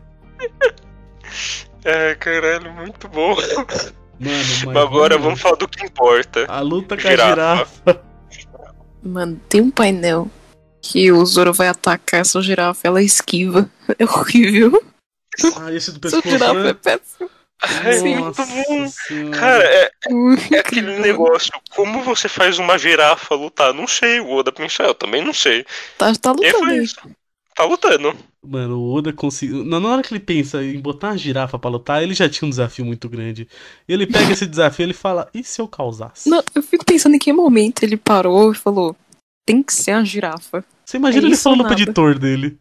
Speaker 3: É, caralho, muito bom.
Speaker 2: Mano, mas
Speaker 3: Mas agora vamos falar do que importa.
Speaker 2: A luta com a
Speaker 3: Girafa.
Speaker 2: girafa.
Speaker 4: Mano, tem um painel que o Zoro vai atacar essa girafa. Ela esquiva. É horrível.
Speaker 2: Ah, esse do
Speaker 4: Essa
Speaker 2: pescoço,
Speaker 4: girafa é
Speaker 2: né?
Speaker 4: péssima.
Speaker 3: É muito
Speaker 2: Nossa
Speaker 3: bom.
Speaker 2: Senhora.
Speaker 3: Cara, é, é aquele
Speaker 4: Incrível.
Speaker 3: negócio. Como você faz uma girafa lutar? Não sei, o Oda pensou, eu também não sei.
Speaker 4: Tá, tá
Speaker 3: E aí
Speaker 4: lutando
Speaker 3: foi
Speaker 4: aí.
Speaker 3: isso. Tá lutando.
Speaker 2: Mano, o Oda conseguiu. Na na hora que ele pensa em botar uma girafa pra lutar, ele já tinha um desafio muito grande. Ele pega esse desafio e ele fala: e se eu causasse?
Speaker 4: Não, eu fico pensando em que momento ele parou e falou: tem que ser a girafa.
Speaker 2: Você imagina
Speaker 4: É
Speaker 2: ele
Speaker 4: isso ou
Speaker 2: falando pro
Speaker 4: nada?
Speaker 2: editor dele: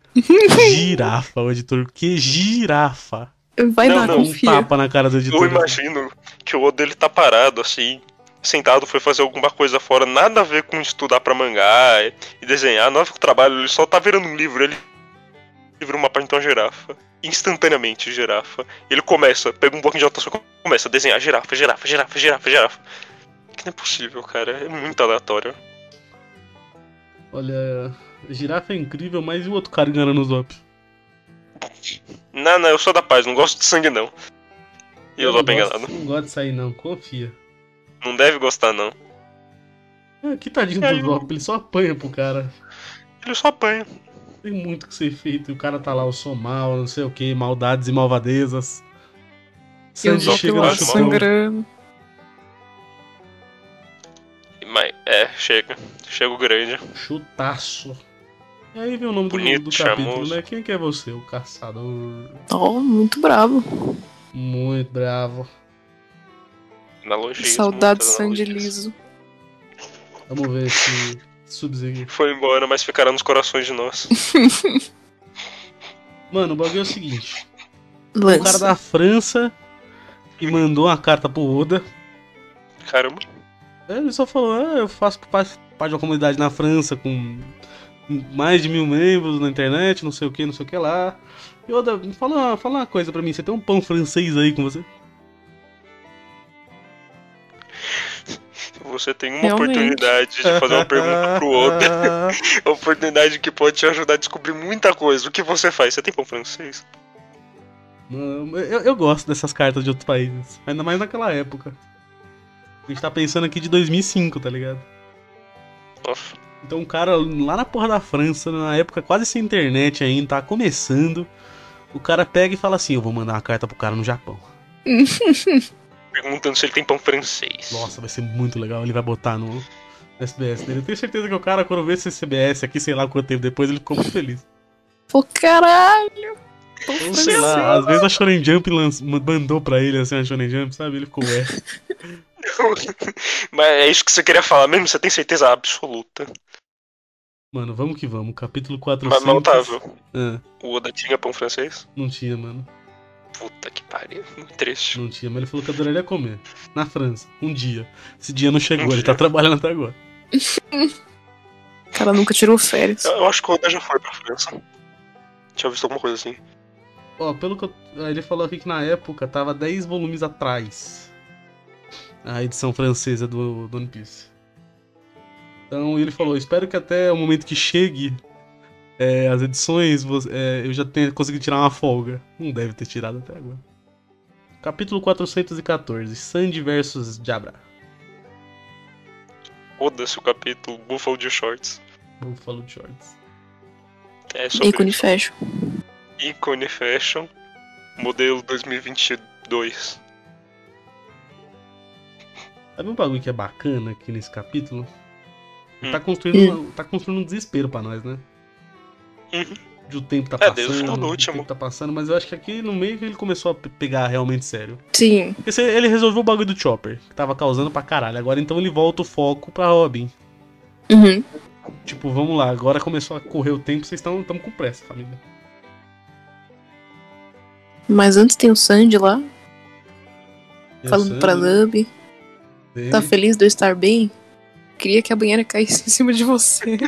Speaker 2: girafa, o editor, que girafa?
Speaker 4: Vai
Speaker 3: Não,
Speaker 4: lá,
Speaker 3: não,
Speaker 2: Dá um
Speaker 4: confia.
Speaker 2: tapa na cara do
Speaker 3: Eu
Speaker 2: editor.
Speaker 3: imagino que o Oda ele tá parado assim, sentado, foi fazer alguma coisa fora, nada a ver com estudar pra mangá e- e desenhar, nada a ver com o trabalho, ele só tá virando um livro, ele livro uma página de uma girafa. Instantaneamente, girafa. Ele começa, pega um bloquinho de anotação e começa a desenhar girafa, girafa, girafa, girafa, girafa. Que não é possível, cara. É muito aleatório.
Speaker 2: Olha, girafa é incrível, mas e o outro cara enganando os op?
Speaker 3: Não, não, eu sou da paz, não gosto de sangue não. E eu tô bem enganado.
Speaker 2: Não gosto de sair, não, confia.
Speaker 3: Não deve gostar, não.
Speaker 2: Ah, que tadinho
Speaker 3: É,
Speaker 2: do
Speaker 3: eu-
Speaker 2: Zop, ele só apanha pro cara.
Speaker 3: Ele só apanha.
Speaker 2: Tem muito que ser feito. E o cara tá lá, eu sou mal, não sei o que, maldades e malvadezas.
Speaker 4: E o
Speaker 2: Sanji
Speaker 4: Zop
Speaker 2: chega
Speaker 4: lá
Speaker 2: no
Speaker 3: Joker
Speaker 2: chutão.
Speaker 4: sangrando.
Speaker 3: Mas, é, chega. Chega o grande.
Speaker 2: Chutaço. E aí vem o nome do-
Speaker 3: Bonito,
Speaker 2: do, capítulo,
Speaker 3: charmoso.
Speaker 2: né? Quem que é você? O caçador.
Speaker 4: Ó, muito bravo.
Speaker 2: Muito bravo.
Speaker 3: Analogias,
Speaker 4: Saudade
Speaker 3: muitas
Speaker 4: Sandy
Speaker 3: analogias.
Speaker 4: Liso.
Speaker 2: Vamos ver se subsegue.
Speaker 3: Foi embora, mas ficará nos corações de nós.
Speaker 2: Mano, o bagulho é o seguinte. O cara
Speaker 4: Lance.
Speaker 2: da França que mandou uma carta pro Oda.
Speaker 3: Caramba.
Speaker 2: Ele só falou, ah, eu faço parte parte de uma comunidade na França com mais de mil membros na internet, não sei o que, não sei o que lá. E Oda, me fala, fala uma coisa pra mim, você tem um pão francês aí com você?
Speaker 3: Você tem uma
Speaker 4: Realmente.
Speaker 3: oportunidade de fazer uma pergunta pro Oda. oportunidade que pode te ajudar a descobrir muita coisa. O que você faz? Você tem pão francês?
Speaker 2: Não, eu, eu gosto dessas cartas de outros países, ainda mais naquela época. A gente tá pensando aqui de 2005, tá ligado?
Speaker 3: Nossa.
Speaker 2: Então um cara lá na porra da França, na época quase sem internet ainda, tá começando. O cara pega e fala assim, eu vou mandar uma carta pro cara no Japão.
Speaker 3: Perguntando se ele tem pão francês.
Speaker 2: Nossa, vai ser muito legal. Ele vai botar no, SBS dele. Eu tenho certeza que o cara, quando vê esse CBS aqui, sei lá quanto tempo depois, ele ficou muito feliz.
Speaker 4: Pô, caralho! Tô
Speaker 2: Ou sei
Speaker 4: assim,
Speaker 2: lá, às vezes a Shonen Jump lanç- mandou pra ele assim, a Shonen Jump, sabe? Ele ficou, ué.
Speaker 3: Mas é isso que você queria falar mesmo? Você tem certeza absoluta.
Speaker 2: Mano, vamos que vamos. Capítulo
Speaker 3: Mas,
Speaker 2: 400.
Speaker 3: mas tá, Otávio,
Speaker 2: Ah,
Speaker 3: o Oda tinha pão francês?
Speaker 2: não tinha, mano.
Speaker 3: Puta que pariu. Muito triste.
Speaker 2: Não tinha, mas ele falou que adoraria comer. Na França. Um dia. Esse dia não chegou,
Speaker 3: Um
Speaker 2: ele
Speaker 3: dia.
Speaker 2: tá trabalhando até agora.
Speaker 4: O cara nunca tirou férias.
Speaker 3: Eu, eu acho que o Oda já foi pra França. Tinha visto alguma coisa assim.
Speaker 2: Ó, pelo que eu... ah, Ele falou aqui que na época tava 10 volumes atrás. A edição francesa do, do One Piece. Então ele falou, espero que até o momento que chegue é, as edições, vo- é, eu já tenha conseguido tirar uma folga. Não deve ter tirado até agora. Capítulo 414, Sandy versus Jabra.
Speaker 3: Oda-se o capítulo Buffalo de Shorts.
Speaker 2: Buffalo Shorts.
Speaker 3: É sobre
Speaker 4: Ícone fecho.
Speaker 3: ícone fashion, modelo 2022.
Speaker 2: Sabe um bagulho que é bacana aqui nesse capítulo?
Speaker 3: Hum.
Speaker 2: Tá, construindo
Speaker 4: Hum.
Speaker 2: uma- tá construindo um desespero pra nós, né?
Speaker 3: Uhum.
Speaker 2: De o tempo tá
Speaker 3: É,
Speaker 2: passando.
Speaker 3: desde o final do último.
Speaker 2: O tempo tá passando, mas eu acho que aqui no meio que ele começou a pe- pegar realmente sério.
Speaker 4: Sim.
Speaker 2: Porque se- ele resolveu o bagulho do Chopper, que tava causando pra caralho. Agora então ele volta o foco pra Robin.
Speaker 4: Uhum.
Speaker 2: Tipo, vamos lá, agora começou a correr o tempo, vocês estão com pressa, família.
Speaker 4: Mas antes tem o Sandy lá, falando pra
Speaker 2: Lana.
Speaker 4: Lub. Tá feliz de eu estar bem? Queria que a banheira caísse em cima de você.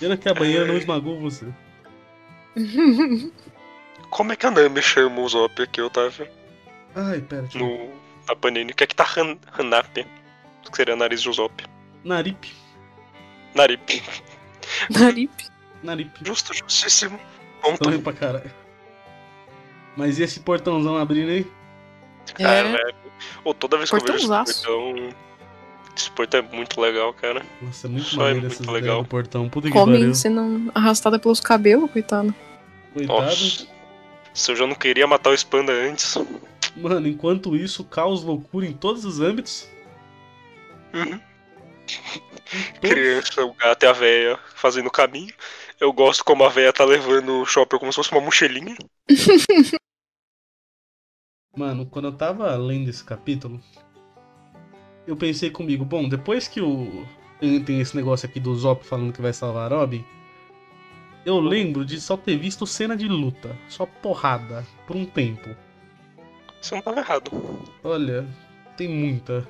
Speaker 2: Pena que a banheira
Speaker 3: É.
Speaker 2: não esmagou você.
Speaker 3: Como é que a Nami chama o Zop aqui, Otávio?
Speaker 2: Ai, pera, deixa eu...
Speaker 3: No, na Panini. O que é que tá Han, Hanap? Que seria nariz de Usopp.
Speaker 2: Narip.
Speaker 3: Narip.
Speaker 4: Narip.
Speaker 2: Narip.
Speaker 3: Justo, justíssimo. Ponto.
Speaker 2: Torre pra caralho. Mas e esse portãozão abrindo aí?
Speaker 4: É.
Speaker 3: Caralho. Ou toda vez que eu vejo esse
Speaker 4: Portãozaço.
Speaker 3: portão. Esse portão é muito legal, cara.
Speaker 2: Nossa, é muito
Speaker 3: Isso
Speaker 2: maneiro
Speaker 3: é muito
Speaker 2: essas
Speaker 3: legal.
Speaker 2: ideias do portão. Puta que pariu.
Speaker 4: Come sendo arrastada pelos cabelos, coitado.
Speaker 2: Coitado.
Speaker 3: Nossa. Se eu já não queria matar o Spanda antes.
Speaker 2: Mano, enquanto isso, caos, loucura em todos os âmbitos.
Speaker 3: Uhum. Criança, o gato e a véia fazendo o caminho. Eu gosto como a véia tá levando o shopper como se fosse uma mochilinha.
Speaker 2: Mano, quando eu tava lendo esse capítulo, eu pensei comigo, bom, depois que o. Tem, tem esse negócio aqui do Zop falando que vai salvar a Robin. Eu lembro de só ter visto cena de luta, só porrada, por um tempo.
Speaker 3: Você não tava errado.
Speaker 2: Olha, tem muita.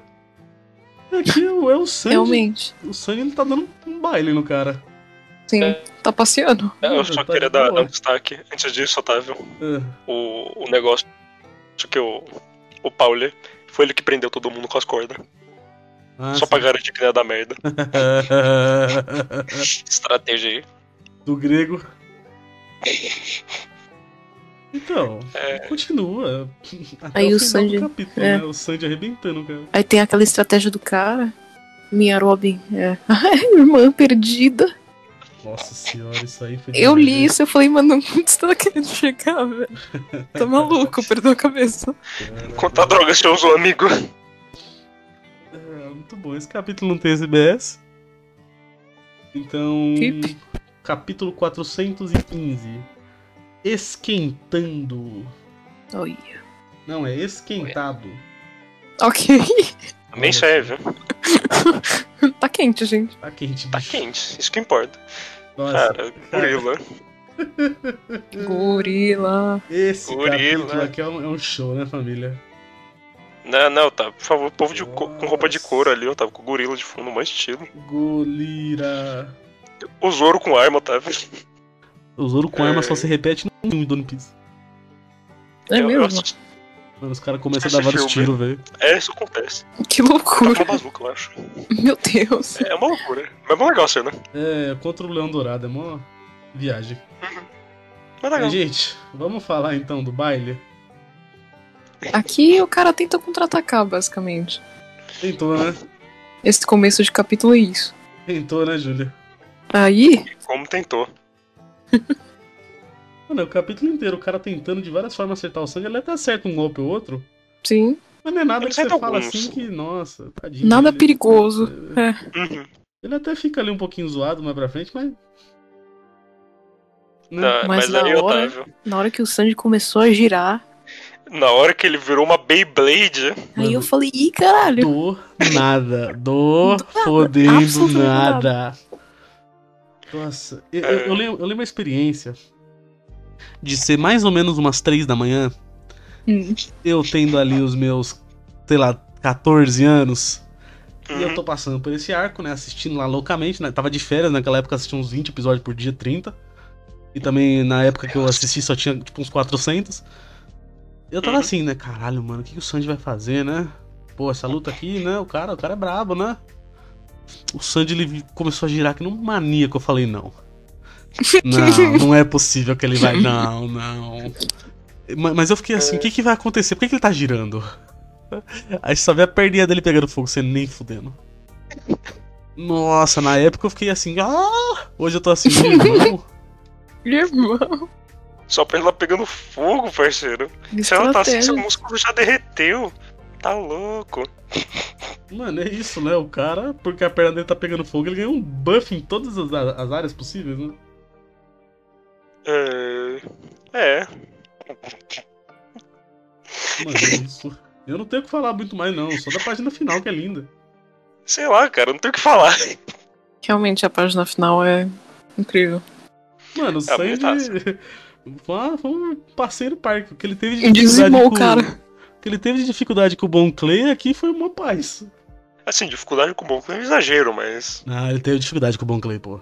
Speaker 2: Aqui é o, é o Sanji.
Speaker 4: Realmente.
Speaker 2: O Sanji ele tá dando um baile no cara.
Speaker 4: Sim.
Speaker 2: É.
Speaker 4: Tá passeando.
Speaker 3: É, Eu
Speaker 2: Mano,
Speaker 3: só
Speaker 2: tá
Speaker 3: queria
Speaker 2: de
Speaker 3: dar,
Speaker 2: boa.
Speaker 3: dar um destaque. Antes disso, Otávio,
Speaker 2: Ah,
Speaker 3: o, o negócio que o, o Pauli foi ele que prendeu todo mundo com as cordas.
Speaker 2: ah,
Speaker 3: só pra garantir que não ia dar merda.
Speaker 2: sim.
Speaker 3: Estratégia aí.
Speaker 2: Do grego. Então,
Speaker 3: É.
Speaker 2: continua. Até
Speaker 4: Aí
Speaker 2: o,
Speaker 4: o
Speaker 2: final
Speaker 4: Sanji-
Speaker 2: do capítulo,
Speaker 4: é.
Speaker 2: né? O Sanji arrebentando, cara.
Speaker 4: Aí tem aquela estratégia do cara. Minha Robin é. Ai, irmã perdida.
Speaker 2: Nossa senhora, isso aí foi. de
Speaker 4: Eu
Speaker 2: ver.
Speaker 4: li isso, eu falei, mano, onde você tá querendo chegar, velho? Tá maluco, perdeu a cabeça.
Speaker 2: Caraca.
Speaker 3: Quanta droga você usou, amigo?
Speaker 2: É, muito bom. Esse capítulo não tem SBS. Então.
Speaker 4: Hip.
Speaker 2: Capítulo 415. Esquentando.
Speaker 4: Oi.
Speaker 2: Não, é esquentado.
Speaker 4: Ok.
Speaker 3: Nem serve.
Speaker 4: Tá quente, gente.
Speaker 2: Tá quente,
Speaker 3: Tá
Speaker 2: bicho.
Speaker 3: quente, isso que importa.
Speaker 2: Nossa,
Speaker 3: Cara, gorila.
Speaker 4: Gorila.
Speaker 2: esse
Speaker 3: Gorila.
Speaker 2: capítulo aqui é um, é um show, né, família?
Speaker 3: Não, não, tá. Por favor, povo de co- com roupa de
Speaker 2: Nossa.
Speaker 3: couro ali, Otávio, com gorila de fundo, mais estilo.
Speaker 2: Golira.
Speaker 3: O Zoro com arma, Otávio.
Speaker 2: O Zoro com arma
Speaker 3: É.
Speaker 2: só se repete no filme do One Piece.
Speaker 4: É
Speaker 3: Eu- eu
Speaker 4: mesmo?
Speaker 3: assisti-
Speaker 2: Mano, os caras começam a
Speaker 3: Esse
Speaker 2: dar vários
Speaker 3: filme.
Speaker 2: tiros, velho.
Speaker 3: É, isso acontece.
Speaker 4: Que
Speaker 3: Tá com
Speaker 4: loucura.
Speaker 3: uma bazuca, eu acho.
Speaker 4: Meu Deus.
Speaker 3: É uma loucura. Mas é mó legal a cena.
Speaker 2: É, contra o Leão Dourado, é mó viagem.
Speaker 3: Mas é
Speaker 2: Mas,
Speaker 3: legal.
Speaker 2: gente, vamos falar então do baile?
Speaker 4: Aqui o cara tenta contra-atacar, basicamente.
Speaker 2: Tentou, né?
Speaker 4: Esse começo de capítulo é isso.
Speaker 2: Tentou, né, Júlia?
Speaker 4: Aí,
Speaker 3: Como tentou.
Speaker 2: Mano, é o capítulo inteiro, o cara tentando de várias formas acertar o sangue, ele até acerta um golpe ou outro.
Speaker 4: sim,
Speaker 2: Mas não é nada
Speaker 3: Eles
Speaker 2: que você
Speaker 3: ainda
Speaker 2: fala
Speaker 3: alguns.
Speaker 2: assim que, nossa, tadinho.
Speaker 4: Nada
Speaker 2: ele-
Speaker 4: perigoso.
Speaker 3: Uhum.
Speaker 2: Ele até fica ali um pouquinho zoado mais pra frente, mas. Né?
Speaker 3: Tá, mas
Speaker 4: mas na
Speaker 3: aí,
Speaker 4: hora-
Speaker 3: Otávio,
Speaker 4: Na hora que o Sanji começou a girar,
Speaker 3: na hora que ele virou uma Beyblade,
Speaker 2: Mano.
Speaker 4: aí eu falei, ih, caralho.
Speaker 2: Do nada. Do fodendo
Speaker 4: absolutamente
Speaker 2: nada. Nossa, eu, eu- eu lembro, eu lembro a experiência de ser mais ou menos umas três da manhã,
Speaker 4: Hum.
Speaker 2: eu tendo ali os meus, sei lá, 14 anos. E eu
Speaker 3: uhum,
Speaker 2: tô passando por esse arco, né? Assistindo lá loucamente, né? Tava de férias naquela época, assistia uns 20 episódios por dia, 30. E também na época que eu assisti só tinha tipo uns 400. Eu tava
Speaker 3: Uhum.
Speaker 2: assim, né? Caralho, mano, o que, que o Sanji vai fazer, né? Pô, essa luta aqui, né? O cara, o cara é brabo, né? O Sanji ele começou a girar que num maníaco. Eu falei, não. Não, não é possível que ele vai. Não, não. Ma- Mas eu fiquei assim, o que, que vai acontecer? Por que, que ele tá girando? Aí só vê a perninha dele pegando fogo, você nem fudendo. Nossa, na época eu fiquei assim, ah! Hoje eu tô assim, meu irmão.
Speaker 4: Irmão.
Speaker 3: só pra ele lá pegando fogo, parceiro. Se ela tá assim, seu
Speaker 4: estratégia.
Speaker 3: músculo já derreteu. Tá louco.
Speaker 2: Mano, é isso, né? O cara, porque a perna dele tá pegando fogo, ele ganhou um buff em todas as, as áreas possíveis, né?
Speaker 3: É. é.
Speaker 2: Mano, é isso. Eu não tenho o que falar muito mais, não. Só da página final que é linda.
Speaker 3: Sei lá, cara, não tem o que falar.
Speaker 4: Realmente a página final é incrível.
Speaker 2: Mano, o
Speaker 3: Tá
Speaker 2: Sandy
Speaker 3: bonitaço.
Speaker 2: foi, uma- foi um parceiro parque. O que ele teve de
Speaker 4: E dizimou o
Speaker 2: com-
Speaker 4: cara.
Speaker 2: O que ele teve de dificuldade com o Bon Clay aqui foi uma paz.
Speaker 3: Assim, dificuldade com o bom é um exagero, mas.
Speaker 2: Ah, ele teve dificuldade com o Bon Clay, pô.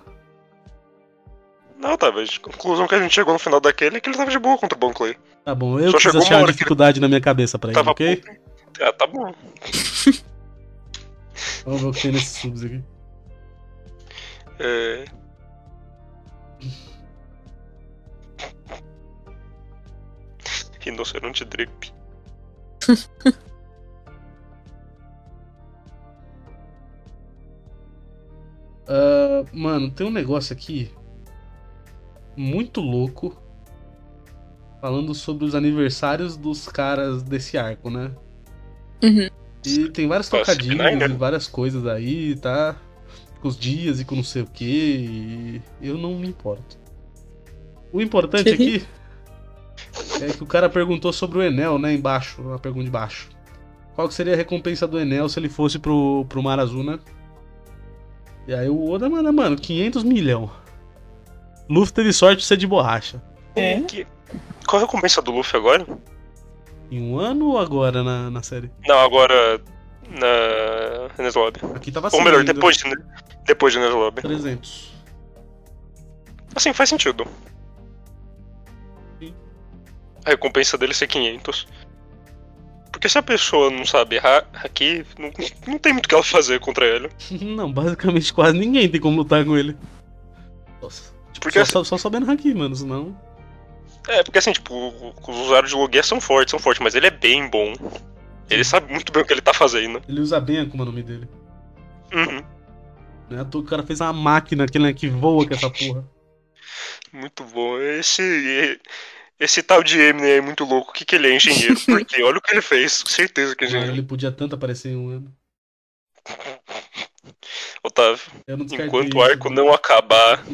Speaker 3: Não, tá, mas a conclusão que a gente chegou no final daquele é que ele tava de boa contra o Bon Clay.
Speaker 2: Tá bom, eu
Speaker 3: Só
Speaker 2: quis
Speaker 3: chegou uma
Speaker 2: achar uma
Speaker 3: hora que ele
Speaker 2: dificuldade na minha cabeça pra ele,
Speaker 3: tava
Speaker 2: ok?
Speaker 3: puto. Ah, tá bom.
Speaker 2: Vamos ver o que tem nesses subs aqui.
Speaker 3: É. Rinoceronte drip.
Speaker 2: Ah, mano, tem um negócio aqui muito louco falando sobre os aniversários dos caras desse arco, né?
Speaker 4: Uhum.
Speaker 2: E tem vários
Speaker 3: Nossa,
Speaker 2: trocadilhos
Speaker 3: que naipe.
Speaker 2: e várias coisas aí, tá? Com os dias e com não sei o que. Eu não me importo. O importante aqui é que o cara perguntou sobre o Enel, né? Embaixo, na pergunta de baixo. Qual que seria a recompensa do Enel se ele fosse pro, pro Mar Azul, né? E aí o Oda manda, mano, 500 milhão. Luffy teve sorte de ser de borracha.
Speaker 4: É.
Speaker 3: Que- Qual é a recompensa do Luffy agora?
Speaker 2: Em um ano ou agora na, na série?
Speaker 3: Não, agora. Na. Renes Lobby.
Speaker 2: Aqui tava
Speaker 3: Ou melhor,
Speaker 2: ainda.
Speaker 3: depois de. Depois de Renes Lobby.
Speaker 2: 300.
Speaker 3: Assim, faz sentido.
Speaker 2: Sim.
Speaker 3: A recompensa dele é ser 500. Porque se a pessoa não sabe errar aqui, não, não tem muito o que ela fazer contra ele.
Speaker 2: Não, basicamente quase ninguém tem como lutar com ele. Nossa. Tipo,
Speaker 3: Porque
Speaker 2: só,
Speaker 3: assim-
Speaker 2: só, só sabendo haki, mano, senão.
Speaker 3: É, porque assim, tipo, o- os usuários de Logia são fortes, são fortes, mas ele é bem bom. Ele sabe muito bem o que ele tá fazendo.
Speaker 2: Ele usa bem a Akuma no Mi dele.
Speaker 3: Uhum.
Speaker 2: Não é à toa que O cara fez uma máquina que, né, que voa com essa porra.
Speaker 3: Muito bom. Esse. Esse tal de Eminem é muito louco. O que, que ele é engenheiro? Porque olha o que ele fez. Com certeza que é
Speaker 2: Mano,
Speaker 3: engenheiro.
Speaker 2: ele podia tanto aparecer em um ano.
Speaker 3: Otávio,
Speaker 2: Eu não descartei
Speaker 3: enquanto o
Speaker 2: isso,
Speaker 3: arco
Speaker 2: mano.
Speaker 3: não acabar.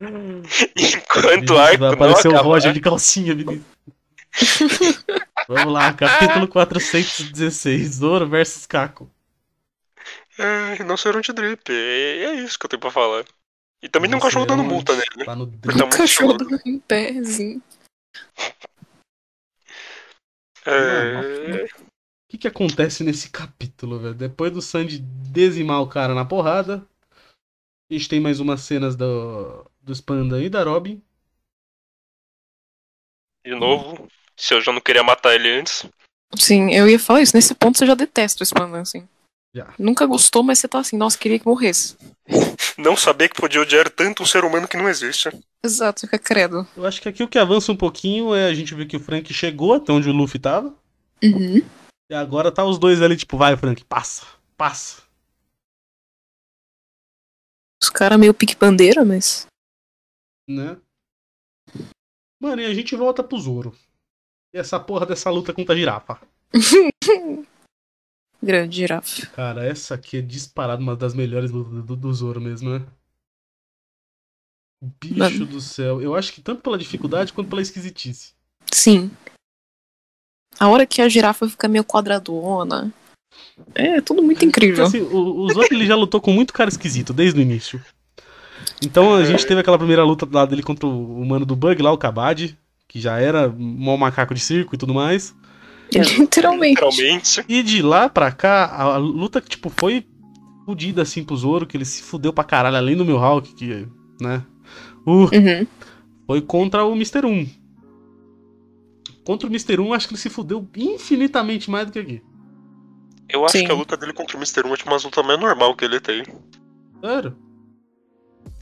Speaker 2: Vinícius,
Speaker 3: Enquanto o arco
Speaker 2: Vai
Speaker 3: não né?
Speaker 2: aparecer o
Speaker 3: acabar.
Speaker 2: Roger de calcinha, Vinícius. Vamos lá, capítulo 416, Zoro versus Caco.
Speaker 3: É, rinoceronte drip. É, é isso que eu tenho pra falar. E também tem um
Speaker 2: Nossa,
Speaker 3: cachorro
Speaker 2: é
Speaker 3: dando
Speaker 2: um-
Speaker 3: multa nele.
Speaker 2: Tá no
Speaker 3: Porque tá
Speaker 4: O
Speaker 3: muito
Speaker 4: cachorro
Speaker 3: chorando.
Speaker 4: dando em assim. pézinho.
Speaker 3: É,
Speaker 2: O que, que acontece nesse capítulo, velho? Depois do Sandy dizimar o cara na porrada, a gente tem mais umas cenas do, dos Panda e da Robin.
Speaker 3: de novo, se eu já não queria matar ele antes.
Speaker 4: Sim, eu ia falar isso. Nesse ponto você já detesta o Spandam, assim.
Speaker 2: Já.
Speaker 4: Nunca gostou, mas você tá assim, nossa, queria que morresse.
Speaker 3: Não saber que podia odiar tanto um ser humano que não existe.
Speaker 4: Exato, fica credo.
Speaker 2: Eu acho que aqui o que avança um pouquinho é a gente ver que o Frank chegou até onde o Luffy tava.
Speaker 4: Uhum.
Speaker 2: E agora tá os dois ali, tipo, vai, Frank, passa, passa.
Speaker 4: Os caras meio pique-bandeira, mas.
Speaker 2: Né? Mano, e a gente volta pro Zoro. E essa porra dessa luta contra a girafa.
Speaker 4: Grande girafa.
Speaker 2: Cara, essa aqui é disparada uma das melhores do, do, do Zoro mesmo, né? Bicho
Speaker 4: Mano.
Speaker 2: do céu. Eu acho que tanto pela dificuldade quanto pela esquisitice.
Speaker 4: Sim. A hora que a girafa fica meio quadradona. É tudo muito
Speaker 2: Porque,
Speaker 4: incrível.
Speaker 2: assim, o, o Zoro ele já lutou com muito cara esquisito desde o início. Então a gente teve aquela primeira luta lá dele contra o mano do Bug lá, o Kabad, que já era um macaco de circo e tudo mais.
Speaker 4: Literalmente.
Speaker 3: Literalmente.
Speaker 2: E de lá pra cá, a luta que, tipo, foi fudida, assim, pro Zoro, que ele se fudeu pra caralho, além do Milhawk, que, né? Uh,
Speaker 4: Uhum.
Speaker 2: foi contra o Mr. 1. Contra o Mr. 1, acho que ele se fudeu infinitamente mais do que aqui.
Speaker 3: Eu acho
Speaker 4: Sim.
Speaker 3: que a luta dele contra o Mr. 1 é tipo uma luta mais normal que ele tem.
Speaker 2: Sério.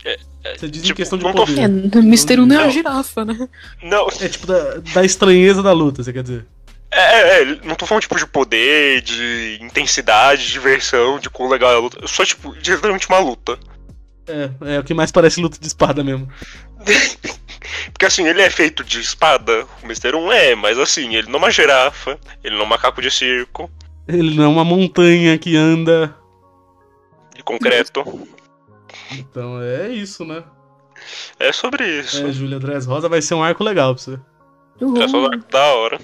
Speaker 3: É,
Speaker 2: Você diz em
Speaker 3: tipo,
Speaker 2: questão de
Speaker 3: não tô-
Speaker 2: poder.
Speaker 4: É, Mr. Uno é uma
Speaker 3: Não.
Speaker 4: girafa, né?
Speaker 3: Não,
Speaker 2: É tipo da, da estranheza da luta, você quer dizer?
Speaker 3: é, é, não tô falando tipo de poder, de intensidade, de diversão, de quão legal é a luta. Só tipo, literalmente uma luta.
Speaker 2: É, é o que mais parece luta de espada mesmo.
Speaker 3: Porque assim, ele é feito de espada, o Mr. 1 é, mas assim, ele não é uma girafa, ele não é um macaco de circo,
Speaker 2: Ele não é uma montanha que anda.
Speaker 3: de concreto.
Speaker 2: Então é isso, né?
Speaker 3: É sobre isso.
Speaker 2: É, Júlia Dress Rosa vai ser um arco legal pra você.
Speaker 3: É só da hora.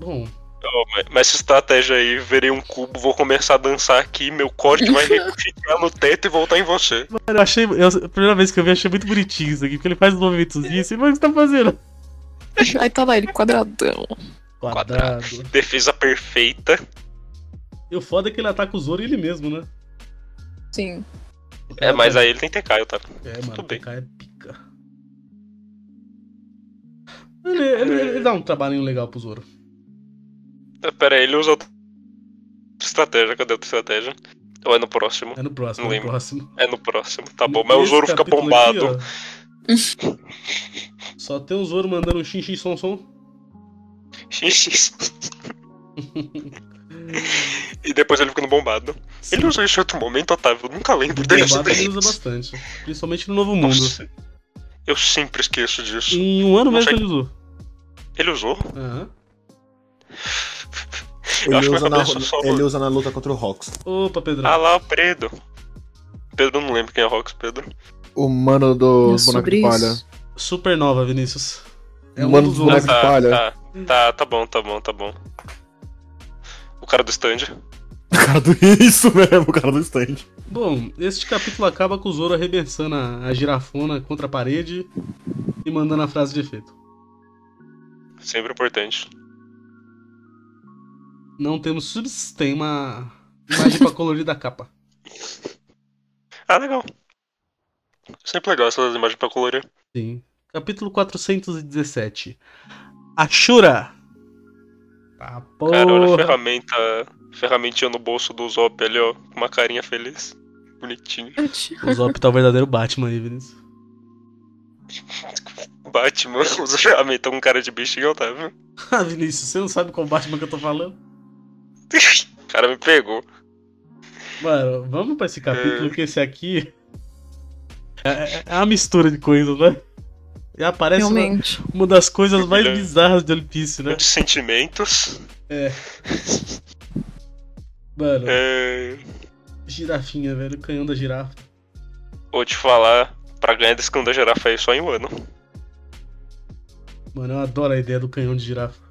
Speaker 2: Bom,
Speaker 3: Ó, mas- Mas essa estratégia aí, verei um cubo, vou começar a dançar aqui, meu corte vai ficar no teto e voltar em você.
Speaker 2: Cara, eu achei. eu- a primeira vez que eu vi, eu achei muito bonitinho isso aqui, porque ele faz os movimentos e assim, mas o que você tá fazendo?
Speaker 4: Aí tá lá ele quadradão.
Speaker 3: Quadrado. Defesa perfeita.
Speaker 2: E o foda é que ele ataca o Zoro e ele mesmo, né?
Speaker 4: Sim.
Speaker 3: É, mas aí ele tem TK, eu tá.
Speaker 2: É, mano,
Speaker 3: tudo bem.
Speaker 2: o é pica. Ele, ele- ele dá um trabalhinho legal pro Zoro.
Speaker 3: Ah, Pera aí, ele usa outra estratégia. Cadê a outra estratégia? Ou é no próximo?
Speaker 2: É no próximo,
Speaker 3: Não
Speaker 2: é no
Speaker 3: lembro.
Speaker 2: próximo.
Speaker 3: É no próximo, tá bom. Mas o
Speaker 2: Nesse
Speaker 3: Zoro fica
Speaker 2: capítulo
Speaker 3: bombado.
Speaker 2: aqui, ó, Só tem o Zoro mandando um xin xin som som.
Speaker 3: e depois ele fica no bombado. Ele usa isso em outro momento, Otávio. Eu nunca lembro
Speaker 2: No
Speaker 3: dele.
Speaker 2: Bombado ele usa bastante. Principalmente no Novo Mundo.
Speaker 3: Nossa, eu sempre esqueço disso.
Speaker 2: Em um ano
Speaker 3: Não
Speaker 2: mesmo
Speaker 3: sei.
Speaker 2: ele usou.
Speaker 3: Ele usou?
Speaker 2: Aham.
Speaker 3: Eu
Speaker 5: Ele
Speaker 3: acho que
Speaker 5: usa,
Speaker 3: minha
Speaker 5: na,
Speaker 3: cabeça só-
Speaker 5: ele usa na luta contra o Rox.
Speaker 2: Opa, Pedrão.
Speaker 3: Ah lá, o Pedro. Pedro, eu não lembro quem é Rox, Pedro.
Speaker 6: O mano do
Speaker 4: É
Speaker 6: boneco
Speaker 4: sobre
Speaker 6: de palha.
Speaker 4: isso.
Speaker 2: Supernova, Vinícius. É um
Speaker 6: O mano do
Speaker 3: Ah,
Speaker 6: boneco de
Speaker 3: tá,
Speaker 6: palha.
Speaker 3: tá, tá, tá bom, tá bom, tá bom. O cara do stand.
Speaker 5: O cara do isso mesmo, o cara do stand.
Speaker 2: Bom, este capítulo acaba com o Zoro arrebentando a, a girafona contra a parede e mandando a frase de efeito.
Speaker 3: Sempre importante.
Speaker 2: Não temos subsistema imagem pra colorir da capa.
Speaker 3: Ah, legal. Sempre legal essas imagens pra colorir.
Speaker 2: Sim. Capítulo 417. Ashura. Tá
Speaker 3: Cara, olha a
Speaker 2: porra.
Speaker 3: ferramenta. Ferramentinha no bolso do Zop ali, ó. Com uma carinha feliz. Bonitinho.
Speaker 2: O Zop tá o verdadeiro Batman aí, Vinícius.
Speaker 3: Batman usa ferramenta com cara de bichinho, Otávio.
Speaker 2: Ah, Vinícius, você não sabe qual Batman que eu tô falando?
Speaker 3: O cara me pegou.
Speaker 2: Mano, vamos pra esse capítulo que esse aqui é, é uma mistura de coisas, né? E aparece uma,
Speaker 4: Realmente.
Speaker 2: uma das coisas mais
Speaker 3: Melhor.
Speaker 2: bizarras de One Piece, né?
Speaker 3: De sentimentos.
Speaker 2: Mano,
Speaker 3: É...
Speaker 2: girafinha, velho, canhão da girafa.
Speaker 3: Vou te falar, pra ganhar desse cão da girafa aí só em um ano.
Speaker 2: Mano, eu adoro a ideia do canhão de girafa.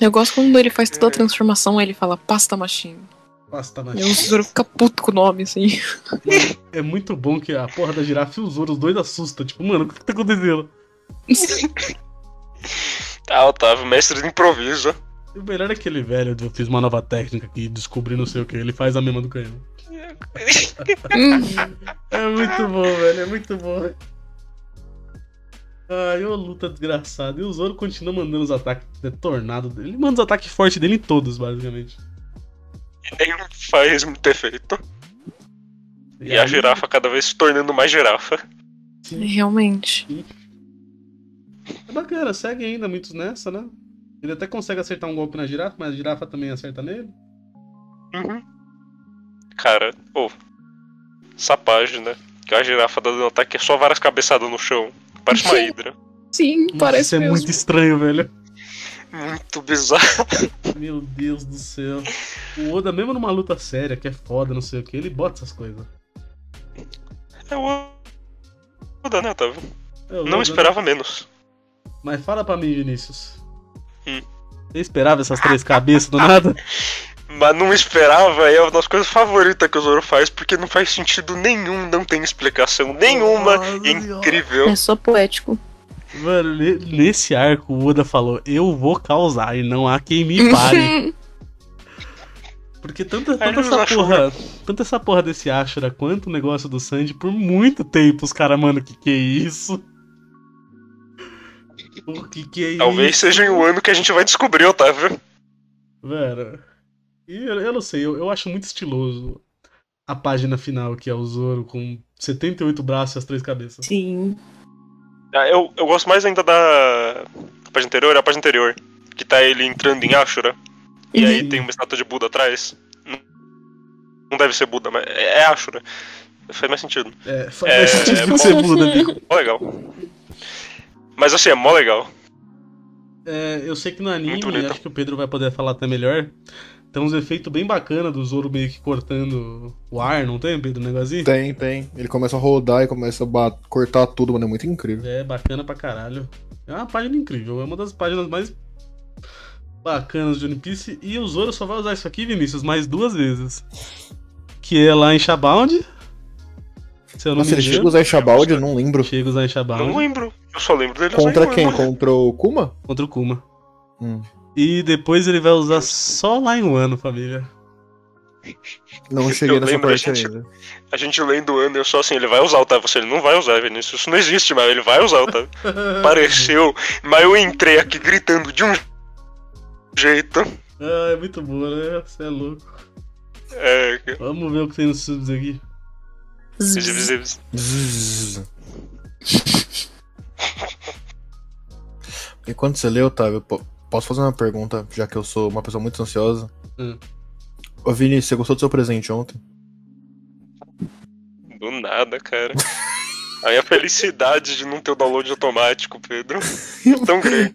Speaker 4: Eu gosto quando ele faz toda a transformação, aí ele fala pasta machine.
Speaker 2: Nossa, tá
Speaker 4: E
Speaker 2: mais.
Speaker 4: o Zoro fica puto com o nome, assim.
Speaker 2: É muito bom que a porra da girafa e o Zoro, os dois assustam. Tipo, mano, o que que tá acontecendo?
Speaker 3: Tá, Otávio, mestre do improviso.
Speaker 2: E O melhor é aquele velho, eu fiz uma nova técnica aqui, descobri não sei o que, ele faz a mesma do canhão. É muito bom, velho, é muito bom. Ai, ô luta desgraçada. E o Zoro continua mandando os ataques de tornado dele. Ele manda os ataques fortes dele em todos, basicamente.
Speaker 3: E nenhum faz muito efeito. E, a
Speaker 2: aí-
Speaker 3: girafa cada vez se tornando mais girafa.
Speaker 4: Realmente.
Speaker 2: É bacana, segue ainda muitos nessa, né? Ele até consegue acertar um golpe na girafa, mas a girafa também acerta nele.
Speaker 3: Uhum. Cara, ô. essa página, que a girafa dando um ataque é só várias cabeçadas no chão. Parece uma hidra.
Speaker 4: Sim,
Speaker 2: Nossa,
Speaker 4: parece
Speaker 2: Isso é
Speaker 4: mesmo.
Speaker 2: muito estranho, velho.
Speaker 3: muito bizarro.
Speaker 2: Meu Deus do céu. O Oda, mesmo numa luta séria, que é foda, não sei o que, ele bota essas coisas.
Speaker 3: É o Oda, né, Otávio?
Speaker 2: É, o
Speaker 3: Não
Speaker 2: Oda-
Speaker 3: esperava menos.
Speaker 2: Mas fala pra mim, Vinícius.
Speaker 3: Hum.
Speaker 2: Você esperava essas três cabeças do nada?
Speaker 3: Mas não esperava é uma das coisas favoritas que o Zoro faz, porque não faz sentido nenhum, não tem explicação nenhuma.
Speaker 2: Nossa
Speaker 3: É incrível.
Speaker 7: É só poético.
Speaker 2: Mano, ne- nesse arco o Oda falou, eu vou causar e não há quem me pare. Porque tanta, tanta
Speaker 3: eles
Speaker 2: essa
Speaker 3: acham-
Speaker 2: porra, tanto essa porra desse Ashura quanto o negócio do Sandy, por muito tempo os caras, mano, que que é isso? O que que é
Speaker 3: Talvez
Speaker 2: isso?
Speaker 3: seja o ano que a gente vai descobrir, Otávio.
Speaker 2: Mano, e eu, eu não sei, eu, eu acho muito estiloso a página final, que é o Zoro com 78 braços e as três cabeças.
Speaker 7: Sim.
Speaker 3: Ah, Eu, eu gosto mais ainda da da página anterior, é a página anterior. Que tá ele entrando em Ashura. E aí
Speaker 2: Uhum.
Speaker 3: tem uma estátua de Buda atrás. Não- Não deve ser Buda, mas é é Ashura. Faz mais sentido.
Speaker 2: É, faz
Speaker 3: É,
Speaker 2: mais sentido
Speaker 6: tipo
Speaker 2: que
Speaker 3: é
Speaker 2: você muda, amigo.
Speaker 3: Mó legal. Mas assim, é mó legal.
Speaker 2: É, eu sei que no anime,
Speaker 3: Muito bonito.
Speaker 2: acho que o Pedro vai poder falar até melhor. Tem uns efeitos bem bacana do Zoro meio que cortando o ar, não tem, Pedro? Um negocinho?
Speaker 6: Tem, tem. Ele começa a rodar e começa a bat- cortar tudo, mano. É muito incrível.
Speaker 2: É bacana pra caralho. É uma página incrível, é uma das páginas mais bacanas de One Piece. E o Zoro só vai usar isso aqui, Vinícius, mais duas vezes. Que é lá em Shabound. Se eu não
Speaker 6: Nossa,
Speaker 2: me
Speaker 6: ele chega a
Speaker 2: engano.
Speaker 6: usar Enxabalde, eu não lembro.
Speaker 2: Chega a usar em
Speaker 3: Não
Speaker 2: Shabound
Speaker 3: lembro. Eu só lembro dele usar em
Speaker 6: Contra
Speaker 3: Wano.
Speaker 6: quem? Contra o Kuma?
Speaker 2: contra o Kuma.
Speaker 6: Hum.
Speaker 2: E depois ele vai usar só lá em Wano, família.
Speaker 6: Não cheguei
Speaker 3: Eu
Speaker 6: nessa
Speaker 3: lembro,
Speaker 6: parte
Speaker 3: gente.
Speaker 6: ainda.
Speaker 3: A gente lendo o ano, eu só assim, ele vai usar o Otávio. Você, ele não vai usar, Vinícius. Isso não existe, mas ele vai usar o Otávio. Pareceu, mas eu entrei aqui gritando de um jeito.
Speaker 2: Ah, é muito boa, né? Você é louco.
Speaker 3: É.
Speaker 2: Vamos ver o que tem nos subs aqui.
Speaker 7: Zzz.
Speaker 3: Zzz.
Speaker 6: Zzz. Enquanto você lê, Otávio, po- posso fazer uma pergunta, já que eu sou uma pessoa muito ansiosa?
Speaker 2: Hum.
Speaker 6: Ô Vini, você gostou do seu presente ontem?
Speaker 3: Do nada, cara. A minha felicidade de não ter o download automático, Pedro. Tão grande.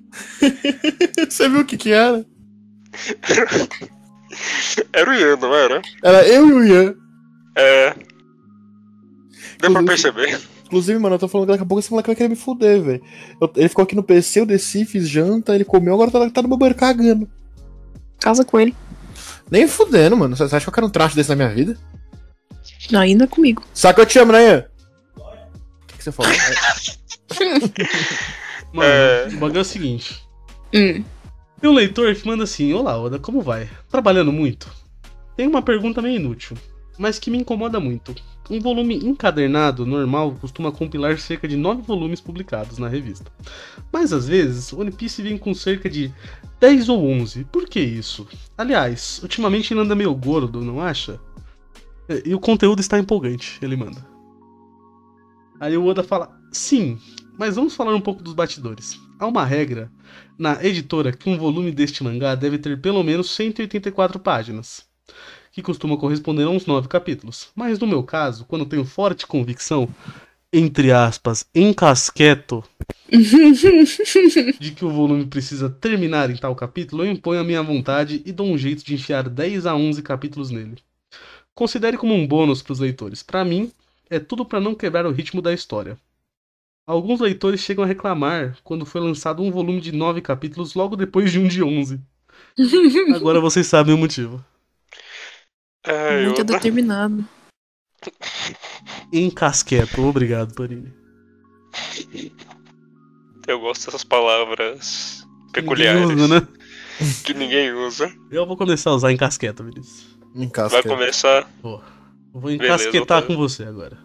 Speaker 6: você viu o que que era?
Speaker 3: Era o Ian, não era?
Speaker 6: Era eu e o Ian.
Speaker 3: É. Deu pra
Speaker 6: Inclusive-
Speaker 3: perceber.
Speaker 6: Inclusive, mano, eu tô falando que daqui a pouco esse moleque vai querer me fuder, velho. Eu- Ele ficou aqui no PC, eu desci, fiz janta, ele comeu, agora tá, tá no meu banheiro cagando.
Speaker 4: Casa com ele.
Speaker 6: Nem fudendo, mano. Você você acha que eu quero um traste desse na minha vida?
Speaker 4: Ainda comigo.
Speaker 6: Sabe que eu te amo, né, Ian? O que, que você falou? É,
Speaker 2: Mano,
Speaker 3: É.
Speaker 2: o bagulho é o seguinte.
Speaker 4: Hum.
Speaker 2: Tem um leitor que manda assim: Olá, Oda, como vai? Trabalhando muito? Tem uma pergunta meio inútil, mas que me incomoda muito. Um volume encadernado normal costuma compilar cerca de nove volumes publicados na revista. Mas às vezes, One Piece vem com cerca de 10 ou 11. Por que isso? Aliás, ultimamente ele anda meio gordo, não acha? É, E o conteúdo está empolgante, ele manda. Aí o Oda fala: Sim, mas vamos falar um pouco dos batidores. Há uma regra na editora que um volume deste mangá deve ter pelo menos 184 páginas, que costuma corresponder a uns 9 capítulos. Mas no meu caso, quando tenho forte convicção, entre aspas, encasqueto, de que o volume precisa terminar em tal capítulo, eu imponho a minha vontade e dou um jeito de enfiar 10 a 11 capítulos nele. Considere como um bônus para os leitores. Para mim, é tudo para não quebrar o ritmo da história. Alguns leitores chegam a reclamar quando foi lançado um volume de nove capítulos logo depois de um de onze. Agora vocês sabem o motivo.
Speaker 3: É, eu...
Speaker 4: Muito determinado.
Speaker 2: Encasqueto. Obrigado, Panini.
Speaker 3: eu gosto dessas palavras
Speaker 2: Ninguém
Speaker 3: peculiares
Speaker 2: usa, né?
Speaker 3: que ninguém usa.
Speaker 2: Eu vou começar a usar encasqueto, Vinícius.
Speaker 6: Em casa.
Speaker 3: Vai começar.
Speaker 2: Eu Vou encasquetar
Speaker 3: Otávio.
Speaker 2: com você agora.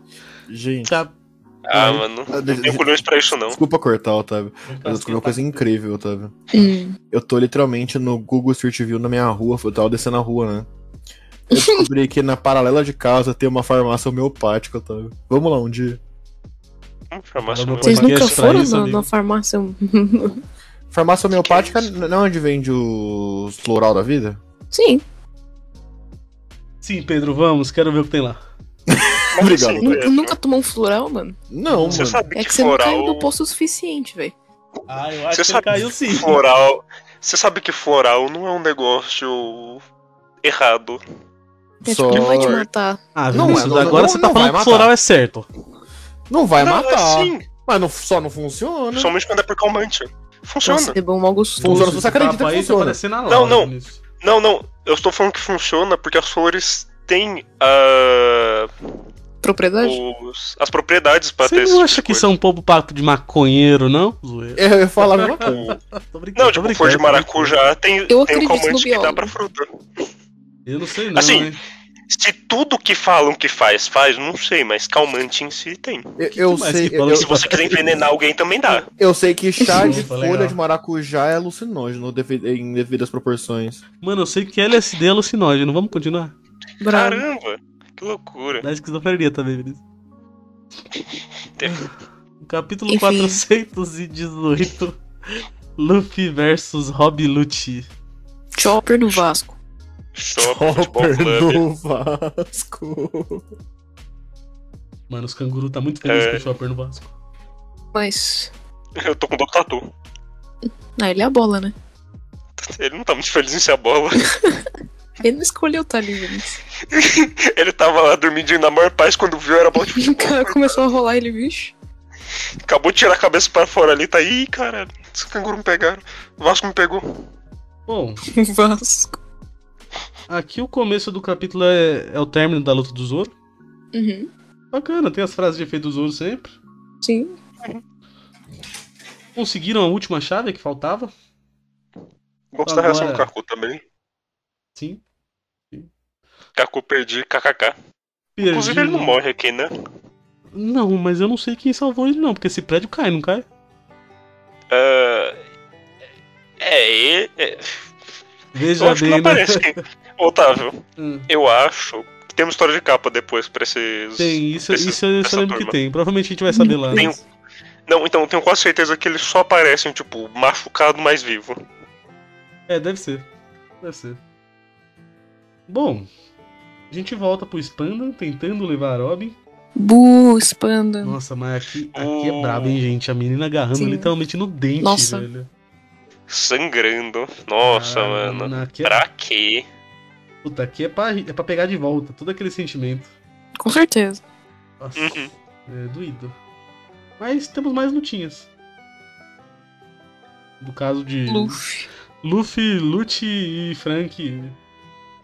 Speaker 6: Gente.
Speaker 2: Tá.
Speaker 3: Ah,
Speaker 2: Vai.
Speaker 3: mano.
Speaker 6: Ah,
Speaker 3: Não tenho colhões pra isso, não.
Speaker 6: Desculpa cortar, Otávio. Mas eu descobri uma coisa incrível, Otávio. Eu tô literalmente no Google Street View na minha rua, eu tava descendo a rua, né? Eu descobri que na paralela de casa tem uma farmácia homeopática, Otávio. Vamos lá um dia.
Speaker 3: Uma farmácia
Speaker 2: Fala,
Speaker 3: meu
Speaker 2: meu
Speaker 4: Vocês
Speaker 2: podcast
Speaker 4: nunca
Speaker 2: pra
Speaker 4: foram
Speaker 2: isso,
Speaker 4: na,
Speaker 2: amigo.
Speaker 4: na farmácia?
Speaker 6: Farmácia homeopática
Speaker 3: Que que
Speaker 6: não é onde vende os floral da vida?
Speaker 4: Sim.
Speaker 2: Sim, Pedro, vamos. Quero ver o que tem lá.
Speaker 3: Mas
Speaker 6: Obrigado,
Speaker 3: assim,
Speaker 4: Nunca, nunca tomou um floral, mano?
Speaker 6: Não,
Speaker 3: Você
Speaker 6: mano.
Speaker 3: sabe
Speaker 4: É que você não
Speaker 3: floral.
Speaker 4: caiu do poço o suficiente, velho.
Speaker 2: Ah, eu
Speaker 3: Você
Speaker 2: acho que ele
Speaker 3: sabe
Speaker 2: caiu sim.
Speaker 3: floral. Você sabe que floral não é um negócio errado.
Speaker 4: É
Speaker 6: Só-
Speaker 4: tipo, não vai te matar.
Speaker 2: Ah,
Speaker 6: Não,
Speaker 2: Vinícius,
Speaker 6: não,
Speaker 2: agora
Speaker 6: não,
Speaker 2: você tá
Speaker 6: não vai
Speaker 2: falando que
Speaker 6: matar.
Speaker 2: floral é certo.
Speaker 6: Não vai
Speaker 3: não,
Speaker 6: matar.
Speaker 3: é sim.
Speaker 6: Mas não- só não funciona.
Speaker 3: Principalmente quando é por calmante. Funciona.
Speaker 4: Nossa, é bom, mal gostoso.
Speaker 6: Funciona se você acredita
Speaker 2: Tapa
Speaker 6: que
Speaker 2: aí, tá
Speaker 6: funciona.
Speaker 2: aparecendo na
Speaker 3: Não,
Speaker 2: loja,
Speaker 3: não.
Speaker 2: Vinícius.
Speaker 3: Não, não. Eu estou falando que funciona porque as flores têm ah,
Speaker 4: Propriedade?
Speaker 3: os- as propriedades pra ter
Speaker 2: Você
Speaker 3: esse
Speaker 2: não
Speaker 3: tipo
Speaker 2: acha
Speaker 3: de
Speaker 2: que
Speaker 3: coisa.
Speaker 2: isso é um pouco papo de maconheiro, não? Zoeira.
Speaker 6: Eu ia falar a mesma coisa.
Speaker 2: Tô brincando, tô
Speaker 3: Não, tipo,
Speaker 2: brincando,
Speaker 3: flor de
Speaker 2: tô brincando.
Speaker 3: maracujá tem,
Speaker 4: Eu
Speaker 3: tem um
Speaker 4: acredito no
Speaker 3: calmante que dá
Speaker 4: biólogo.
Speaker 3: pra fruta.
Speaker 2: Eu não sei não,
Speaker 3: Assim,
Speaker 2: hein?
Speaker 3: Se tudo que falam que faz, faz, não sei, mas calmante em si tem.
Speaker 6: Eu, eu
Speaker 2: que mais
Speaker 6: sei,
Speaker 2: que
Speaker 6: eu,
Speaker 2: fala?
Speaker 3: E se você quiser envenenar alguém, também dá.
Speaker 6: eu sei que chá de
Speaker 2: Opa,
Speaker 6: folha
Speaker 2: legal.
Speaker 6: de maracujá é alucinógeno devi- em devidas proporções.
Speaker 2: Mano, eu sei que LSD é alucinógeno, vamos continuar?
Speaker 4: Bravo.
Speaker 3: Caramba, que loucura.
Speaker 2: Da esquizofrenia também, Vinícius.
Speaker 3: Tem-
Speaker 2: Capítulo
Speaker 4: Enfim.
Speaker 2: 418 Luffy versus Rob Lucci.
Speaker 4: Chopper do Vasco.
Speaker 3: Shopping, futebol clube.
Speaker 6: do Vasco.
Speaker 2: Mano, os canguru tá muito feliz
Speaker 3: É.
Speaker 2: com o Chopper no Vasco.
Speaker 4: Mas.
Speaker 3: Eu tô com dor do tatu.
Speaker 4: Ah, ele é a bola, né?
Speaker 3: Ele não tá muito feliz em ser a bola.
Speaker 4: Ele não escolheu tá ali, Vinícius.
Speaker 3: Ele tava lá dormindo na maior paz quando viu era bola de
Speaker 4: O
Speaker 3: futebol.
Speaker 4: cara começou a rolar ele, bicho.
Speaker 3: Acabou de tirar a cabeça pra fora ali, tá aí, cara. Os cangurus me pegaram. O Vasco me pegou.
Speaker 2: Bom,
Speaker 4: O Vasco.
Speaker 2: aqui o começo do capítulo é, é o término da luta do Zoro.
Speaker 4: Uhum.
Speaker 2: Bacana, tem as frases de efeito do Zoro sempre.
Speaker 4: Sim.
Speaker 2: Conseguiram a última chave que faltava?
Speaker 3: Gosto da tá reação do
Speaker 2: Agora-
Speaker 3: Kaku também.
Speaker 2: Sim.
Speaker 3: Kaku perdi, kkk.
Speaker 2: Perdi.
Speaker 3: Inclusive ele não morre aqui, né?
Speaker 2: Não, mas eu não sei quem salvou ele não, porque esse prédio cai, não cai?
Speaker 3: Ah, É, ele. é- Eu
Speaker 2: Veja
Speaker 3: acho que não
Speaker 2: bem, né?
Speaker 3: aparece quem. Otávio,
Speaker 2: Hum,
Speaker 3: eu acho que tem uma história de capa depois pra esses.
Speaker 2: Tem, isso,
Speaker 3: Essa-
Speaker 2: isso eu
Speaker 3: essa
Speaker 2: só lembro que
Speaker 3: turma.
Speaker 2: tem. Provavelmente a gente vai saber lá. né?
Speaker 3: Tem- um. Não, então eu tenho quase certeza que eles só aparecem, tipo, machucado, mas vivo.
Speaker 2: É, deve ser. Deve ser. Bom, a gente volta pro Spanda tentando levar a Robin.
Speaker 4: Bu, Spanda.
Speaker 2: Nossa, mas aqui, aqui
Speaker 3: Hum.
Speaker 2: é brabo, hein, gente? A menina agarrando
Speaker 4: Sim.
Speaker 2: literalmente no dente,
Speaker 4: Nossa.
Speaker 2: velho.
Speaker 3: Sangrando. Nossa,
Speaker 2: Caralho,
Speaker 3: mano.
Speaker 2: Aqui é,
Speaker 3: Pra quê?
Speaker 2: puta, aqui é pra, é pra pegar de volta todo aquele sentimento.
Speaker 4: Com certeza.
Speaker 2: Nossa,
Speaker 3: Uhum.
Speaker 2: é doído. Mas temos mais lutinhas. No caso de
Speaker 4: Luffy.
Speaker 2: Luffy, Lute e Frank.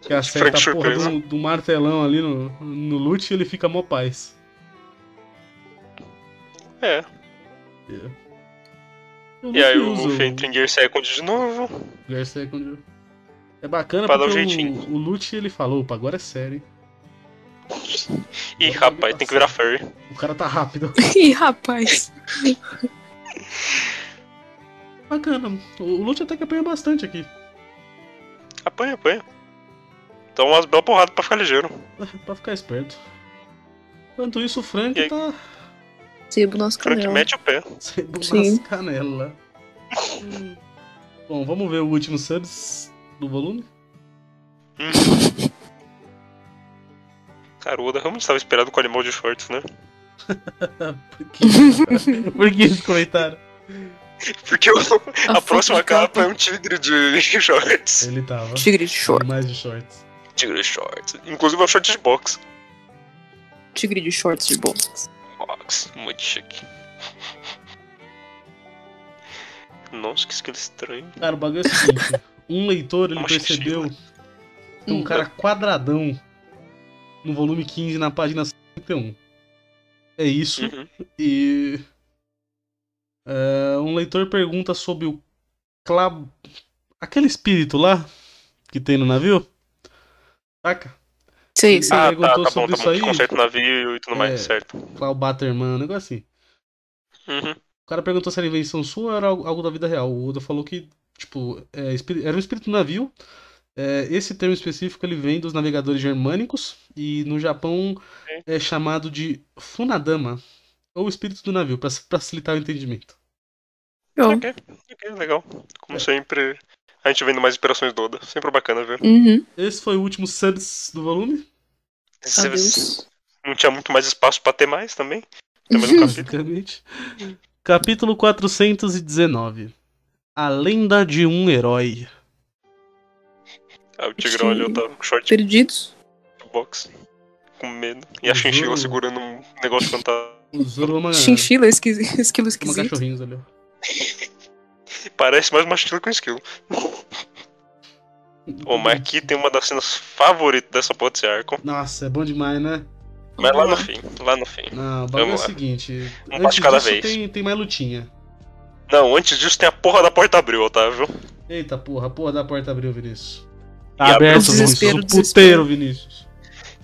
Speaker 2: Que acerta
Speaker 3: Frank
Speaker 2: a porra
Speaker 3: surpresa.
Speaker 2: do, do martelão ali no, no Lute e ele fica mó paz.
Speaker 3: É.
Speaker 2: Eu
Speaker 3: E aí
Speaker 2: não
Speaker 3: o
Speaker 2: uso
Speaker 3: Fenton Gear Second de novo.
Speaker 2: Gear Second. É bacana
Speaker 3: Pra dar um
Speaker 2: porque
Speaker 3: jeitinho.
Speaker 2: o, o Lute ele falou, opa, agora é sério. hein?
Speaker 3: Ih,
Speaker 2: Agora
Speaker 3: rapaz,
Speaker 2: ele
Speaker 3: tem que
Speaker 2: passa.
Speaker 3: virar furry.
Speaker 2: O cara tá rápido.
Speaker 4: Ih, rapaz.
Speaker 2: Bacana. O, o Lute até que apanha bastante aqui.
Speaker 3: Apanha, apanha. Então umas belas porradas pra ficar ligeiro.
Speaker 2: pra ficar esperto. Enquanto isso, o Frank
Speaker 3: E aí?
Speaker 2: tá
Speaker 4: Sebo nas
Speaker 3: Frank
Speaker 4: canelas.
Speaker 3: mete o pé.
Speaker 2: sendo
Speaker 4: Sim.
Speaker 2: nas canelas. Hum. Bom, vamos ver o último subs do volume.
Speaker 3: Caruda, realmente tava esperado com o animal de shorts, né?
Speaker 2: Tá, Por que, Por que esse comentário?
Speaker 3: Porque eu- a, próxima
Speaker 4: foto de
Speaker 3: capa é um tigre de shorts.
Speaker 2: Ele tava.
Speaker 4: Tigre de short.
Speaker 2: Mais de shorts.
Speaker 3: Tigre de shorts. Inclusive é um short de box.
Speaker 4: Tigre de shorts de bom.
Speaker 3: Box, muito chique. Nossa, que esquilo estranho.
Speaker 2: Cara, o bagulho é o seguinte. Um leitor, ele
Speaker 3: Nossa,
Speaker 2: percebeu que um
Speaker 4: Hum.
Speaker 2: cara quadradão no volume 15, na página 51. É isso.
Speaker 3: Uhum.
Speaker 2: E. é, um leitor pergunta sobre o. Cla... Aquele espírito lá que tem no navio. Saca?
Speaker 4: Hum. Sei, sei.
Speaker 3: Ah, tá,
Speaker 2: perguntou
Speaker 3: tá bom,
Speaker 2: sobre
Speaker 3: tá
Speaker 2: isso
Speaker 3: bom.
Speaker 2: aí?
Speaker 3: Conserta o navio e tudo mais,
Speaker 2: É.
Speaker 3: certo.
Speaker 2: Claubaterman, um negócio assim.
Speaker 3: Uhum.
Speaker 2: O cara perguntou se era invenção sua ou era algo algo da vida real. O Oda falou que, tipo, é, espí- era um espírito do navio. É, esse termo específico ele vem dos navegadores germânicos e no Japão é chamado de Funadama, ou espírito do navio, para facilitar o entendimento.
Speaker 4: Show.
Speaker 3: Ok, ok, legal.
Speaker 2: É.
Speaker 3: Como sempre, a gente vendo mais inspirações do Oda. Sempre bacana ver.
Speaker 4: Uhum.
Speaker 2: Esse foi o último subs do volume.
Speaker 4: Adeus.
Speaker 3: Não tinha muito mais espaço pra ter mais também.
Speaker 4: Uhum.
Speaker 3: Tem mais um capítulo.
Speaker 2: Basicamente. Capítulo 419. A Lenda de um Herói.
Speaker 3: Aí o Tigrão
Speaker 4: Sim.
Speaker 3: olhou, tava com short
Speaker 4: Perdidos.
Speaker 3: de boxe. Com medo. E a chinchila
Speaker 2: Uhum.
Speaker 3: segurando um negócio tá- fantasma.
Speaker 2: Usou uma,
Speaker 4: Chinchila, esquisi esquilo
Speaker 2: É. uma
Speaker 4: esquisito.
Speaker 2: cachorrinhos ali. ó.
Speaker 3: Parece mais uma chinchila com esquilo. Ô, mas aqui tem uma das cenas favoritas dessa porra desse arco.
Speaker 2: Nossa, é bom demais, né?
Speaker 3: Mas
Speaker 4: Uhum.
Speaker 3: lá no fim, lá no fim.
Speaker 2: Não, o bagulho é o
Speaker 3: Vamos lá.
Speaker 2: seguinte.
Speaker 3: Um passo de cada
Speaker 2: disso
Speaker 3: vez.
Speaker 2: Tem, tem mais lutinha.
Speaker 3: Não, antes disso tem a porra da porta abriu, Otávio.
Speaker 2: Eita porra, a porra da porta abriu, Vinícius.
Speaker 3: E
Speaker 2: Tá
Speaker 3: abriu.
Speaker 2: aberto, Vinícius.
Speaker 4: Desespero,
Speaker 2: O puteiro,
Speaker 4: desespero.
Speaker 2: Vinícius.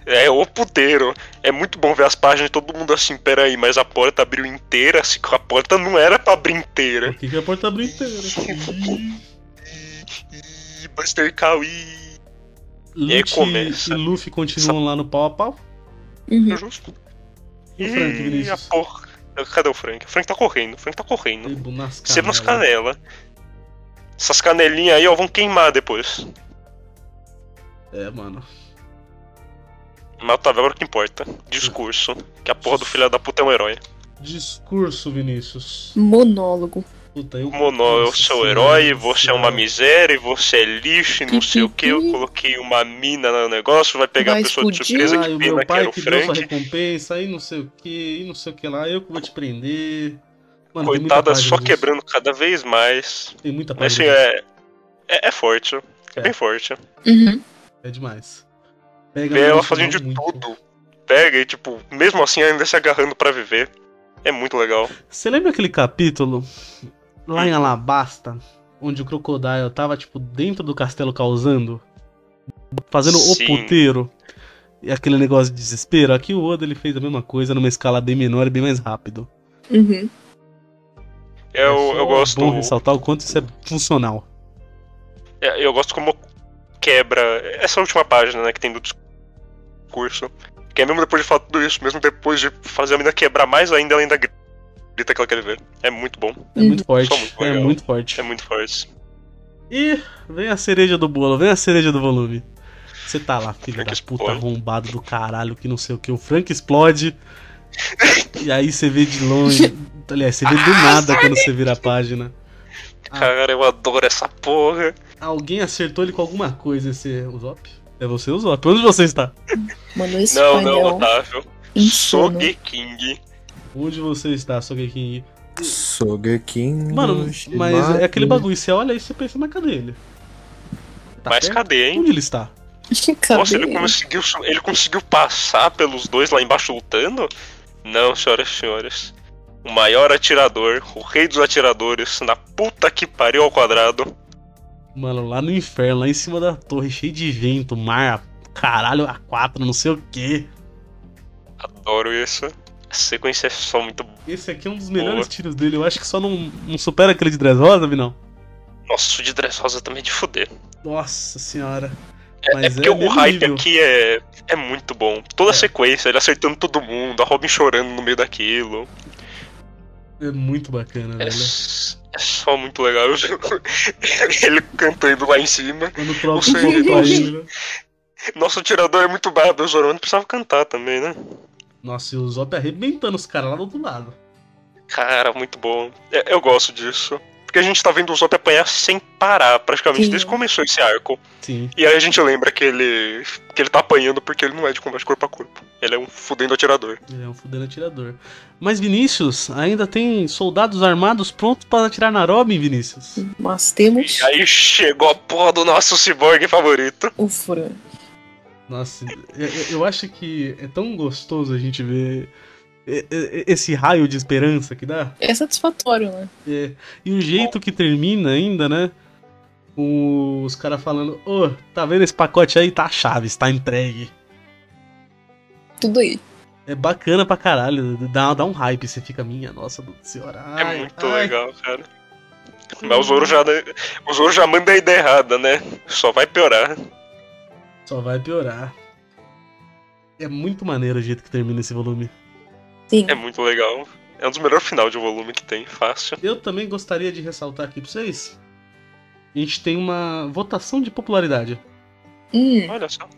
Speaker 3: É o puteiro. É muito bom ver as páginas todo mundo assim, peraí, mas a porta abriu inteira, assim, a porta não era pra abrir inteira.
Speaker 2: Por que, que a porta abriu inteira? Ih,
Speaker 3: Ih, ih, Buster Cauê. E aí
Speaker 2: Lute
Speaker 3: começa.
Speaker 2: e Luffy continuam lá no pau a pau.
Speaker 3: É
Speaker 4: Uhum.
Speaker 3: justo.
Speaker 2: E o Frank,
Speaker 3: Ih, a
Speaker 2: Vinícius?
Speaker 3: porra. Cadê o Frank? O Frank tá correndo, o Frank tá correndo.
Speaker 2: Sebo nas
Speaker 3: Sebo nas
Speaker 2: canelas.
Speaker 3: canelas. Essas canelinhas aí, ó, vão queimar depois.
Speaker 2: É, mano.
Speaker 3: Mas tá agora o que importa. Discurso. Que a porra do filho da puta é um herói.
Speaker 2: Discurso, Vinícius.
Speaker 4: Monólogo.
Speaker 2: Puta, eu.
Speaker 3: Mono, eu
Speaker 2: Nossa
Speaker 3: sou o
Speaker 2: senhora,
Speaker 3: herói,
Speaker 2: nossa
Speaker 3: você é
Speaker 2: senhora.
Speaker 3: uma miséria, você é lixo, e não
Speaker 4: Pi,
Speaker 3: sei o
Speaker 4: pi,
Speaker 3: que, eu
Speaker 4: pi.
Speaker 3: coloquei uma mina no negócio, vai pegar
Speaker 4: Vai
Speaker 3: a pessoa de
Speaker 4: explodir.
Speaker 3: surpresa,
Speaker 2: Ah, e
Speaker 3: que
Speaker 2: o
Speaker 3: pena
Speaker 2: meu
Speaker 3: que era
Speaker 2: pai
Speaker 3: o
Speaker 2: que deu sua
Speaker 3: Frank.
Speaker 2: recompensa, e não sei o que, e não sei o que lá, eu que vou te prender. Mano, tem muita
Speaker 3: Coitada,
Speaker 2: página
Speaker 3: só
Speaker 2: disso.
Speaker 3: quebrando cada vez mais.
Speaker 2: Tem muita página.
Speaker 3: Mas assim,
Speaker 2: disso.
Speaker 3: é, é, é forte, é,
Speaker 2: É.
Speaker 3: bem forte.
Speaker 4: Uhum.
Speaker 2: É demais. Pega
Speaker 3: Vê ela
Speaker 2: muito,
Speaker 3: fazendo de
Speaker 2: muito.
Speaker 3: tudo. Pega e, tipo, mesmo assim ainda se agarrando pra viver. É muito legal.
Speaker 2: Você lembra aquele capítulo lá em Alabasta, onde o Crocodile tava, tipo, dentro do castelo causando? Fazendo
Speaker 3: Sim.
Speaker 2: o puteiro. E aquele negócio de desespero. Aqui o Oda ele fez a mesma coisa numa escala bem menor e bem mais rápido.
Speaker 4: Uhum.
Speaker 3: Eu,
Speaker 2: É só
Speaker 3: eu gosto.
Speaker 2: bom ressaltar o quanto isso é funcional.
Speaker 3: É, Eu gosto como quebra essa última página, né, que tem do discurso. Que é mesmo depois de falar tudo isso, mesmo depois de fazer a mina quebrar mais ainda, ela ainda grita que ela quer ver. É muito bom,
Speaker 2: É muito forte.
Speaker 3: muito
Speaker 2: é
Speaker 3: legal.
Speaker 2: muito forte.
Speaker 3: é muito forte.
Speaker 2: E vem a cereja do bolo, vem a cereja do volume. Você tá lá, filho
Speaker 3: Frank
Speaker 2: da puta
Speaker 3: explode.
Speaker 2: arrombado do caralho, que não sei o que. O Frank explode. e aí você vê de longe. Aliás, você vê do
Speaker 3: Ah,
Speaker 2: nada quando você vira a página. Ah.
Speaker 3: Cara, eu adoro essa porra.
Speaker 2: Alguém acertou ele com alguma coisa, esse Usopp? É você, Usopp? Onde você está?
Speaker 7: Mano, esse
Speaker 3: Não, não, tá
Speaker 7: painel
Speaker 3: Otávio.
Speaker 7: insano.
Speaker 3: Sogeking.
Speaker 2: Onde você está, Sogeking?
Speaker 6: Sogeking.
Speaker 2: Mano, mas
Speaker 6: Shimada.
Speaker 2: é aquele bagulho. Você olha aí e você pensa, mas cadê ele? Tá
Speaker 3: Mas
Speaker 2: perto?
Speaker 3: cadê, hein?
Speaker 2: Onde ele está?
Speaker 4: Cadê
Speaker 3: Nossa, ele
Speaker 4: ele?
Speaker 3: conseguiu, su- ele conseguiu passar pelos dois lá embaixo lutando? Não, senhoras e senhores. O maior atirador, o rei dos atiradores, na puta que pariu ao quadrado.
Speaker 2: Mano, lá no inferno, lá em cima da torre, cheio de vento, mar, caralho, A4, não sei o quê.
Speaker 3: Adoro isso. A sequência é só muito.
Speaker 2: Esse aqui é um dos melhores
Speaker 3: Boa.
Speaker 2: tiros dele. Eu acho que só não, não supera aquele de Dressrosa, Vinão.
Speaker 3: Nossa, o de Dressrosa também é de fuder.
Speaker 2: Nossa senhora.
Speaker 3: É,
Speaker 2: Mas
Speaker 3: é porque
Speaker 2: é
Speaker 3: o
Speaker 2: mesmo
Speaker 3: hype
Speaker 2: nível.
Speaker 3: aqui é, é muito bom. Toda
Speaker 2: É.
Speaker 3: a sequência, ele acertando todo mundo, a Robin chorando no meio daquilo.
Speaker 2: É muito bacana,
Speaker 3: É,
Speaker 2: velho.
Speaker 3: s- é só muito legal. ele cantando lá em cima.
Speaker 2: Quando o próprio
Speaker 3: Você-
Speaker 2: corpo pra ele, né?
Speaker 3: Nosso tirador é muito brabo, o Zorano precisava cantar também, né?
Speaker 2: Nossa, e o Zop arrebentando os caras lá do outro lado.
Speaker 3: Cara, muito bom. É, eu gosto disso. Porque a gente tá vendo o Zop apanhar sem parar, praticamente,
Speaker 4: Sim.
Speaker 3: desde que começou esse arco.
Speaker 2: Sim.
Speaker 3: E aí a gente lembra que ele. que ele tá apanhando porque ele não é de combate corpo a corpo. Ele é um fudendo atirador.
Speaker 2: Ele é um fudendo atirador. Mas Vinícius, ainda tem soldados armados prontos para atirar na Robin, Vinícius?
Speaker 4: Mas temos
Speaker 3: E aí chegou a porra do nosso ciborgue favorito.
Speaker 4: o Fran.
Speaker 2: Nossa, eu, eu- eu acho que é tão gostoso a gente ver e- e- esse raio de esperança que dá.
Speaker 4: É satisfatório, né?
Speaker 2: É, e o jeito que termina ainda, né? Com os caras falando, ô, tá vendo esse pacote aí? Tá a chave, tá entregue.
Speaker 4: Tudo aí.
Speaker 2: É bacana pra caralho, dá, dá um hype, você fica minha, nossa senhora. ai,
Speaker 3: é muito
Speaker 2: ai."
Speaker 3: legal, cara. Mas o Zoro já. O Zoro já manda a ideia errada, né? Só vai piorar.
Speaker 2: Só vai piorar. É muito maneiro o jeito que termina esse volume.
Speaker 4: Sim.
Speaker 3: É muito legal. É um dos melhores final de volume que tem, fácil.
Speaker 2: Eu também gostaria de ressaltar aqui pra vocês. A gente tem uma votação de popularidade.
Speaker 4: Hum.
Speaker 3: Olha só,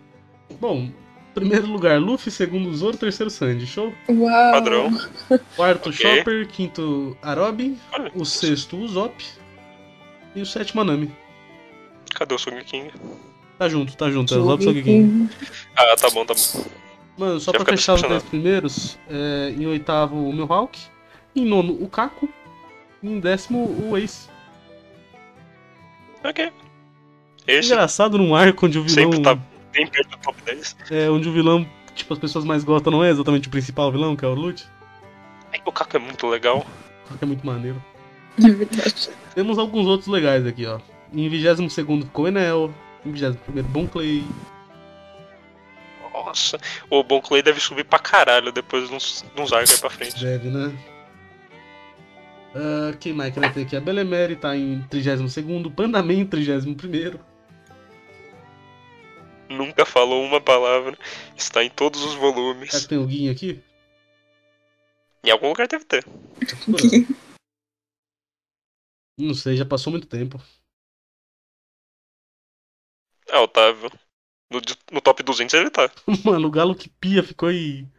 Speaker 2: Bom, primeiro lugar Luffy, segundo Zoro, terceiro Sandy, show?
Speaker 4: Uau.
Speaker 3: padrão.
Speaker 2: Ah. Quarto
Speaker 3: Ok.
Speaker 2: Chopper, quinto Arobin,
Speaker 3: Olha.
Speaker 2: o sexto Usopp, E o sétimo Anami.
Speaker 3: Cadê o Sugiking?
Speaker 2: Tá junto, tá junto. É o Lobby Sogeking.
Speaker 3: Ah, tá bom, tá bom.
Speaker 2: Mano, só
Speaker 3: Já
Speaker 2: pra
Speaker 3: fica
Speaker 2: fechar os
Speaker 3: decepcionado.
Speaker 2: 10 primeiros, é, em oitavo o Milwaukee, em nono o Kaku, e em décimo o Ace.
Speaker 3: Ok. Esse
Speaker 2: Engraçado num arco onde o vilão.
Speaker 3: sempre tá bem perto do top 10.
Speaker 2: É, onde o vilão, tipo, as pessoas mais gostam não é exatamente o principal vilão, que é o Lute.
Speaker 3: É que o Kaku é muito legal.
Speaker 2: Só que é muito maneiro.
Speaker 4: Na verdade.
Speaker 2: Temos alguns outros legais aqui, ó. Em 22 segundo ficou o Enel, em 21 Bon Clay.
Speaker 3: Nossa, o Bon Clay deve subir pra caralho depois de uns, de uns arcos aí pra frente.
Speaker 2: Deve, né? Ah, quem mais que vai ter aqui? A Belemere tá em 32º, Pandaman em 31º.
Speaker 3: Nunca falou uma palavra. Está em todos os
Speaker 2: Será que
Speaker 3: volumes.
Speaker 2: tem alguém aqui?
Speaker 3: Em algum lugar deve ter.
Speaker 2: Tô procurando. Não sei, já passou muito tempo.
Speaker 3: É, Otávio. No, de- no top 200 ele tá.
Speaker 2: Mano, o Galo que pia ficou em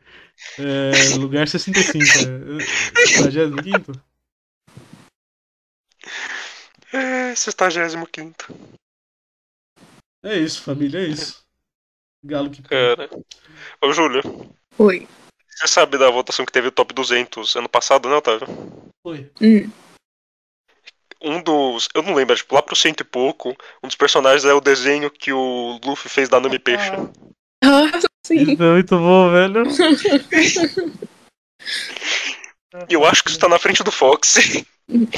Speaker 2: é, lugar 65. É, 45?
Speaker 3: É, 65.
Speaker 2: É isso, família, é isso. Galo que pia.
Speaker 3: Cara. Ô, Júlio,
Speaker 4: Oi.
Speaker 3: você sabe da votação que teve o top 200 ano passado, né, Otávio?
Speaker 2: Foi.
Speaker 4: Hum.
Speaker 3: Um dos. Eu não lembro, é, tipo, lá pro cento e pouco, um dos personagens é o desenho que o Luffy fez da Nami Peixe.
Speaker 4: Ah, sim.
Speaker 2: Isso é muito bom, velho.
Speaker 3: E eu acho que isso tá na frente do Fox. Assim,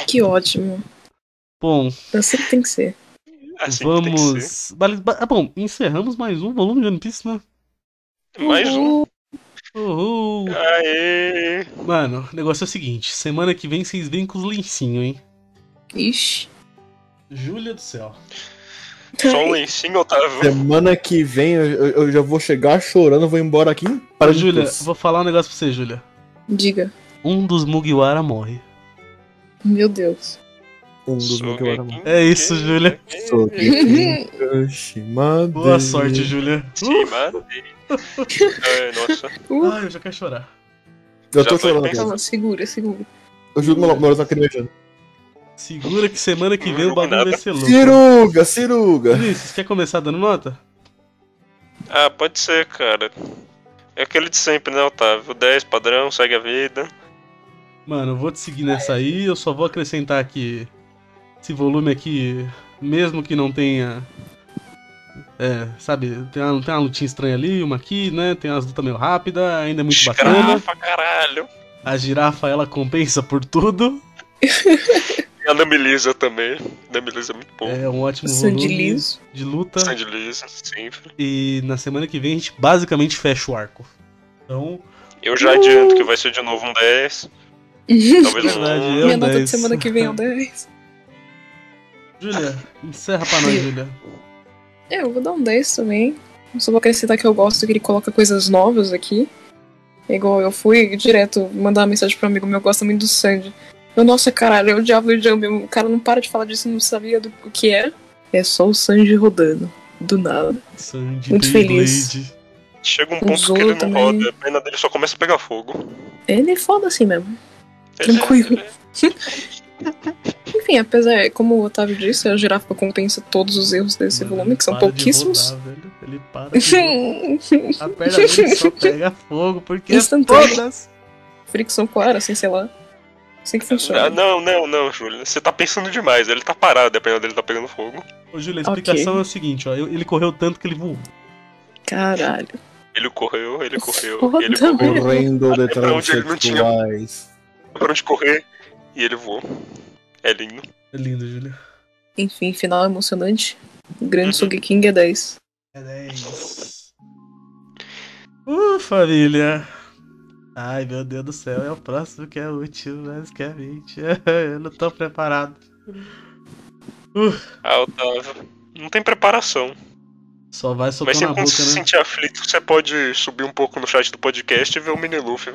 Speaker 4: Que ótimo.
Speaker 2: Bom,
Speaker 4: Assim que tem que ser.
Speaker 3: assim que tem que ser.
Speaker 2: vamos. Bali- ba- Ah, bom, encerramos mais um volume de One Piece, né?
Speaker 3: Mais um. Ah,
Speaker 2: Uhul!
Speaker 3: Aê!
Speaker 2: Mano, o negócio é o seguinte: semana que vem vocês vêm com os lencinhos, hein?
Speaker 4: Ixi.
Speaker 2: Júlia do céu.
Speaker 3: Só um lencinho, Otávio.
Speaker 6: Semana que vem eu, eu- eu já vou chegar chorando, vou embora aqui.
Speaker 2: Ô,
Speaker 6: Para
Speaker 2: Júlia, vou falar um negócio pra você, Júlia.
Speaker 4: Diga.
Speaker 2: Um dos Mugiwara morre.
Speaker 4: Meu Deus.
Speaker 6: Um dos meus que eu era mais.
Speaker 2: É isso, Júlia.
Speaker 6: Sou
Speaker 2: Uhum.
Speaker 6: de Hiroshima,
Speaker 2: Boa
Speaker 6: de-
Speaker 2: sorte, Júlia.
Speaker 3: Sim, matei. Ai, nossa.
Speaker 4: Uh,
Speaker 2: Ai, Ah, eu já quero chorar.
Speaker 6: Eu
Speaker 3: Já
Speaker 6: tô
Speaker 3: foi
Speaker 2: Ah,
Speaker 6: chorando
Speaker 3: bem.
Speaker 6: aqui.
Speaker 4: calma, segura, segura.
Speaker 6: Eu juro que meu meu olho tá cremejando.
Speaker 2: Segura que semana que vem o
Speaker 3: Não jogo
Speaker 2: bagulho vai
Speaker 3: nada.
Speaker 2: ser louco.
Speaker 6: Ciruga, ciruga.
Speaker 2: Vinícius, quer começar dando nota?
Speaker 3: Ah, pode ser, cara. É aquele de sempre, né, Otávio? 10 padrão, segue a vida.
Speaker 2: Mano, eu vou te seguir nessa aí, eu só vou acrescentar que esse volume aqui, mesmo que não tenha. É, sabe, tem uma, tem uma lutinha estranha ali, uma aqui, né? Tem umas lutas meio rápidas, ainda é muito bacana.
Speaker 3: Escrafa, caralho.
Speaker 2: A girafa ela compensa por tudo.
Speaker 3: E a Nami Lisa também. Nami Lisa é muito bom.
Speaker 2: É um ótimo
Speaker 4: Sandy
Speaker 2: volume
Speaker 4: liso.
Speaker 2: de luta.
Speaker 3: Sandy Lisa, sempre.
Speaker 2: E na semana que vem a gente basicamente fecha o arco. Então,
Speaker 3: Eu já adianto que vai ser de novo um 10. Talvez um
Speaker 2: Verdade,
Speaker 3: 11.
Speaker 2: eu-
Speaker 4: Minha nota de
Speaker 2: 10.
Speaker 4: semana que vem é um 10.
Speaker 2: Júlia,
Speaker 4: Ah.
Speaker 2: encerra pra nós, Júlia.
Speaker 4: É, eu vou dar um 10 também. Eu Só vou acrescentar que eu gosto que ele coloca coisas novas aqui. É Igual eu fui direto mandar uma mensagem pro amigo meu, gosta muito do Sandy. Eu, nossa, caralho, é o Diablo e o Jambi. O cara não para de falar disso, não sabia do o que é. É só o Sanji rodando. Do nada.
Speaker 2: Sandy,
Speaker 4: Muito feliz.
Speaker 2: Beyblade.
Speaker 3: Chega um ponto
Speaker 4: Zorro
Speaker 3: que ele não
Speaker 4: também.
Speaker 3: roda, a pena dele só começa a pegar fogo.
Speaker 4: Ele é foda assim mesmo. Tranquilo. Enfim, apesar, como o Otávio disse, a girafa compensa todos os erros desse
Speaker 2: Mano,
Speaker 4: volume,
Speaker 2: ele
Speaker 4: que são
Speaker 2: para de
Speaker 4: pouquíssimos.
Speaker 2: rodar, velho. Ele para de rodar. A perna dele só pega fogo, porque é
Speaker 4: Instantâneo.
Speaker 2: todas.
Speaker 4: Fricção com ar, assim, sei lá. Assim que funciona.
Speaker 3: Ah, não, não, não, Júlio. Você tá pensando demais. Ele tá parado, a pena dele tá pegando fogo.
Speaker 2: Ô, Júlia, a
Speaker 4: Ok.
Speaker 2: explicação é o seguinte, ó. eu- Ele correu tanto que ele voou.
Speaker 4: Caralho.
Speaker 3: Ele correu, ele correu,
Speaker 4: Foda,
Speaker 3: ele correu.
Speaker 4: velho.
Speaker 6: Correndo
Speaker 3: pra
Speaker 6: detrás
Speaker 3: onde ele não
Speaker 6: de
Speaker 3: tinha.
Speaker 6: sexuais.
Speaker 3: Pra onde correr, e ele voou. É lindo.
Speaker 2: É lindo, Júlia.
Speaker 4: Enfim, final emocionante. O grande Sugeking é 10.
Speaker 2: É 10. Uh, família. Ai, meu Deus do céu, é o próximo que é útil, basicamente. Eu não tô preparado.
Speaker 3: Ah, Otávio. Não tem preparação.
Speaker 2: Só vai
Speaker 3: Mas
Speaker 2: soltando na
Speaker 3: sempre
Speaker 2: boca,
Speaker 3: quando você se
Speaker 2: né?
Speaker 3: sentir aflito, você pode subir um pouco no chat do podcast e ver o mini Luffy.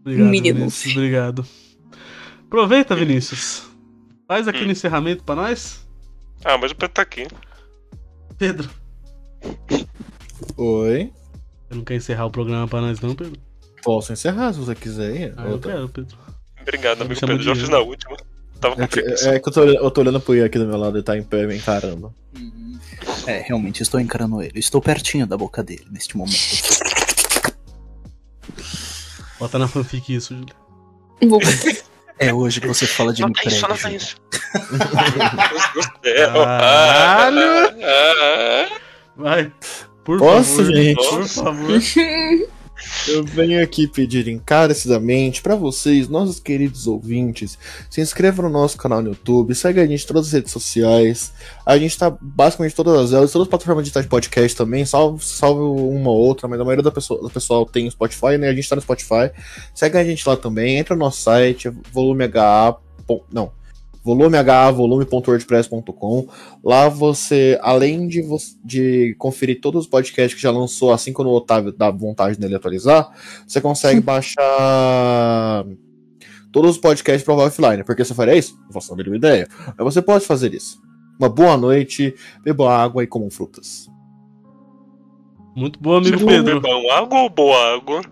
Speaker 2: Obrigado,
Speaker 4: Mini
Speaker 2: Vinícius.
Speaker 4: Luffy.
Speaker 2: Obrigado. Aproveita, Vinícius. Faz aquele encerramento pra nós.
Speaker 3: Ah, mas o Pedro tá aqui.
Speaker 2: Pedro.
Speaker 6: Oi.
Speaker 2: Você não quer encerrar o programa pra nós, não, Pedro?
Speaker 6: Posso encerrar se você quiser.
Speaker 2: Ah, eu quero, Pedro.
Speaker 3: Obrigado,
Speaker 2: Me
Speaker 3: amigo
Speaker 2: chama
Speaker 3: Pedro. Já
Speaker 2: de
Speaker 3: fiz
Speaker 2: Ian.
Speaker 3: na última. tava com
Speaker 6: É que,
Speaker 3: preguiça.
Speaker 6: é que eu, tô, eu tô olhando pro Ian aqui do meu lado, ele tá em pé me encarando.
Speaker 8: É, realmente estou encarando ele. Estou pertinho da boca dele neste momento.
Speaker 2: Bota na fanfic isso, Júlio.
Speaker 4: Vou-
Speaker 8: É hoje que você fala de
Speaker 3: Anota
Speaker 8: emprego.
Speaker 3: isso, anota
Speaker 8: Júlio.
Speaker 3: isso. Meu Deus do céu.
Speaker 2: Caralho!
Speaker 3: Ah, ah, ah.
Speaker 2: Vai. Por
Speaker 6: Posso,
Speaker 2: favor.
Speaker 6: gente?
Speaker 2: Por favor.
Speaker 6: Eu venho aqui pedir encarecidamente pra vocês, nossos queridos ouvintes, se inscrevam no nosso canal no YouTube, segue a gente em todas as redes sociais. A gente tá basicamente em todas elas, todas as plataformas digitais de podcast também, salvo, salvo uma ou outra, mas a maioria da pessoa, do pessoal tem o Spotify, né? A gente tá no Spotify. Segue a gente lá também, entra no nosso site, volumeh. pon- Não. VolumeH, volume.wordpress.com. Lá você, além de, vo- de conferir todos os podcasts que já lançou, assim quando o Otávio dá vontade dele atualizar, você consegue baixar todos os podcasts para offline. Por que você faria "É isso? Não faço a mínima ideia. Mas você pode fazer isso. Uma boa noite, beba água e comam frutas.
Speaker 2: Muito bom,
Speaker 3: Você
Speaker 2: amigo
Speaker 3: falou
Speaker 2: Pedro.
Speaker 3: bebão água ou boa água?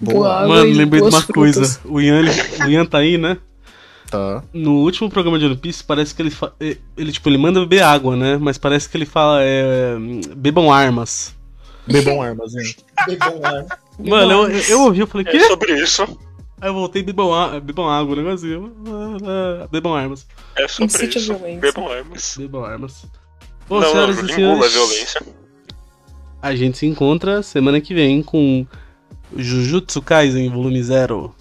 Speaker 4: Boa água
Speaker 2: Mano,
Speaker 4: e
Speaker 2: lembrei de
Speaker 4: boas
Speaker 2: uma
Speaker 4: frutas.
Speaker 2: coisa. O Ian, o Ian tá aí, né?
Speaker 6: Tá.
Speaker 2: No último programa de One Piece, parece que ele fa- eh, ele tipo ele manda beber água, né? Mas parece que ele fala é, hum, bebam armas.
Speaker 6: Bebam armas, hein?
Speaker 2: Mano, eu, eu- eu ouvi, eu falei,
Speaker 3: É
Speaker 2: quê?
Speaker 3: sobre isso.
Speaker 2: Aí eu voltei bebam, a- bebam água, um negocinho. Ah, ah, Bebam armas.
Speaker 3: É sobre
Speaker 4: Incite a
Speaker 3: isso.
Speaker 4: violência.
Speaker 3: Bebam armas.
Speaker 2: Bebam armas. Bom,
Speaker 3: Não, não,
Speaker 2: senhoras e
Speaker 3: engula a
Speaker 2: senhores,
Speaker 3: violência.
Speaker 2: a gente se encontra semana que vem com Jujutsu Kaisen volume 0.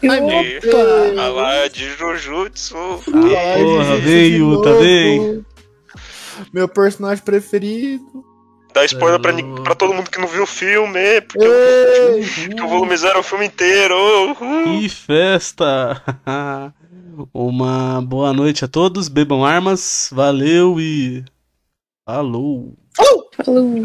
Speaker 3: E-
Speaker 4: Uhum.
Speaker 3: Falar Ah de Jujutsu.
Speaker 2: Ah, porra,
Speaker 6: Jujutsu de
Speaker 2: veio, tá
Speaker 6: novo.
Speaker 2: bem?
Speaker 6: Meu personagem preferido.
Speaker 3: Dá spoiler pra, nin- pra todo mundo que não viu o filme, porque
Speaker 4: Uhum.
Speaker 3: o, porque o volume zero é o filme inteiro. Uhul.
Speaker 2: Que festa! Uma boa noite a todos, bebam armas, valeu e. Falou!
Speaker 4: Falou.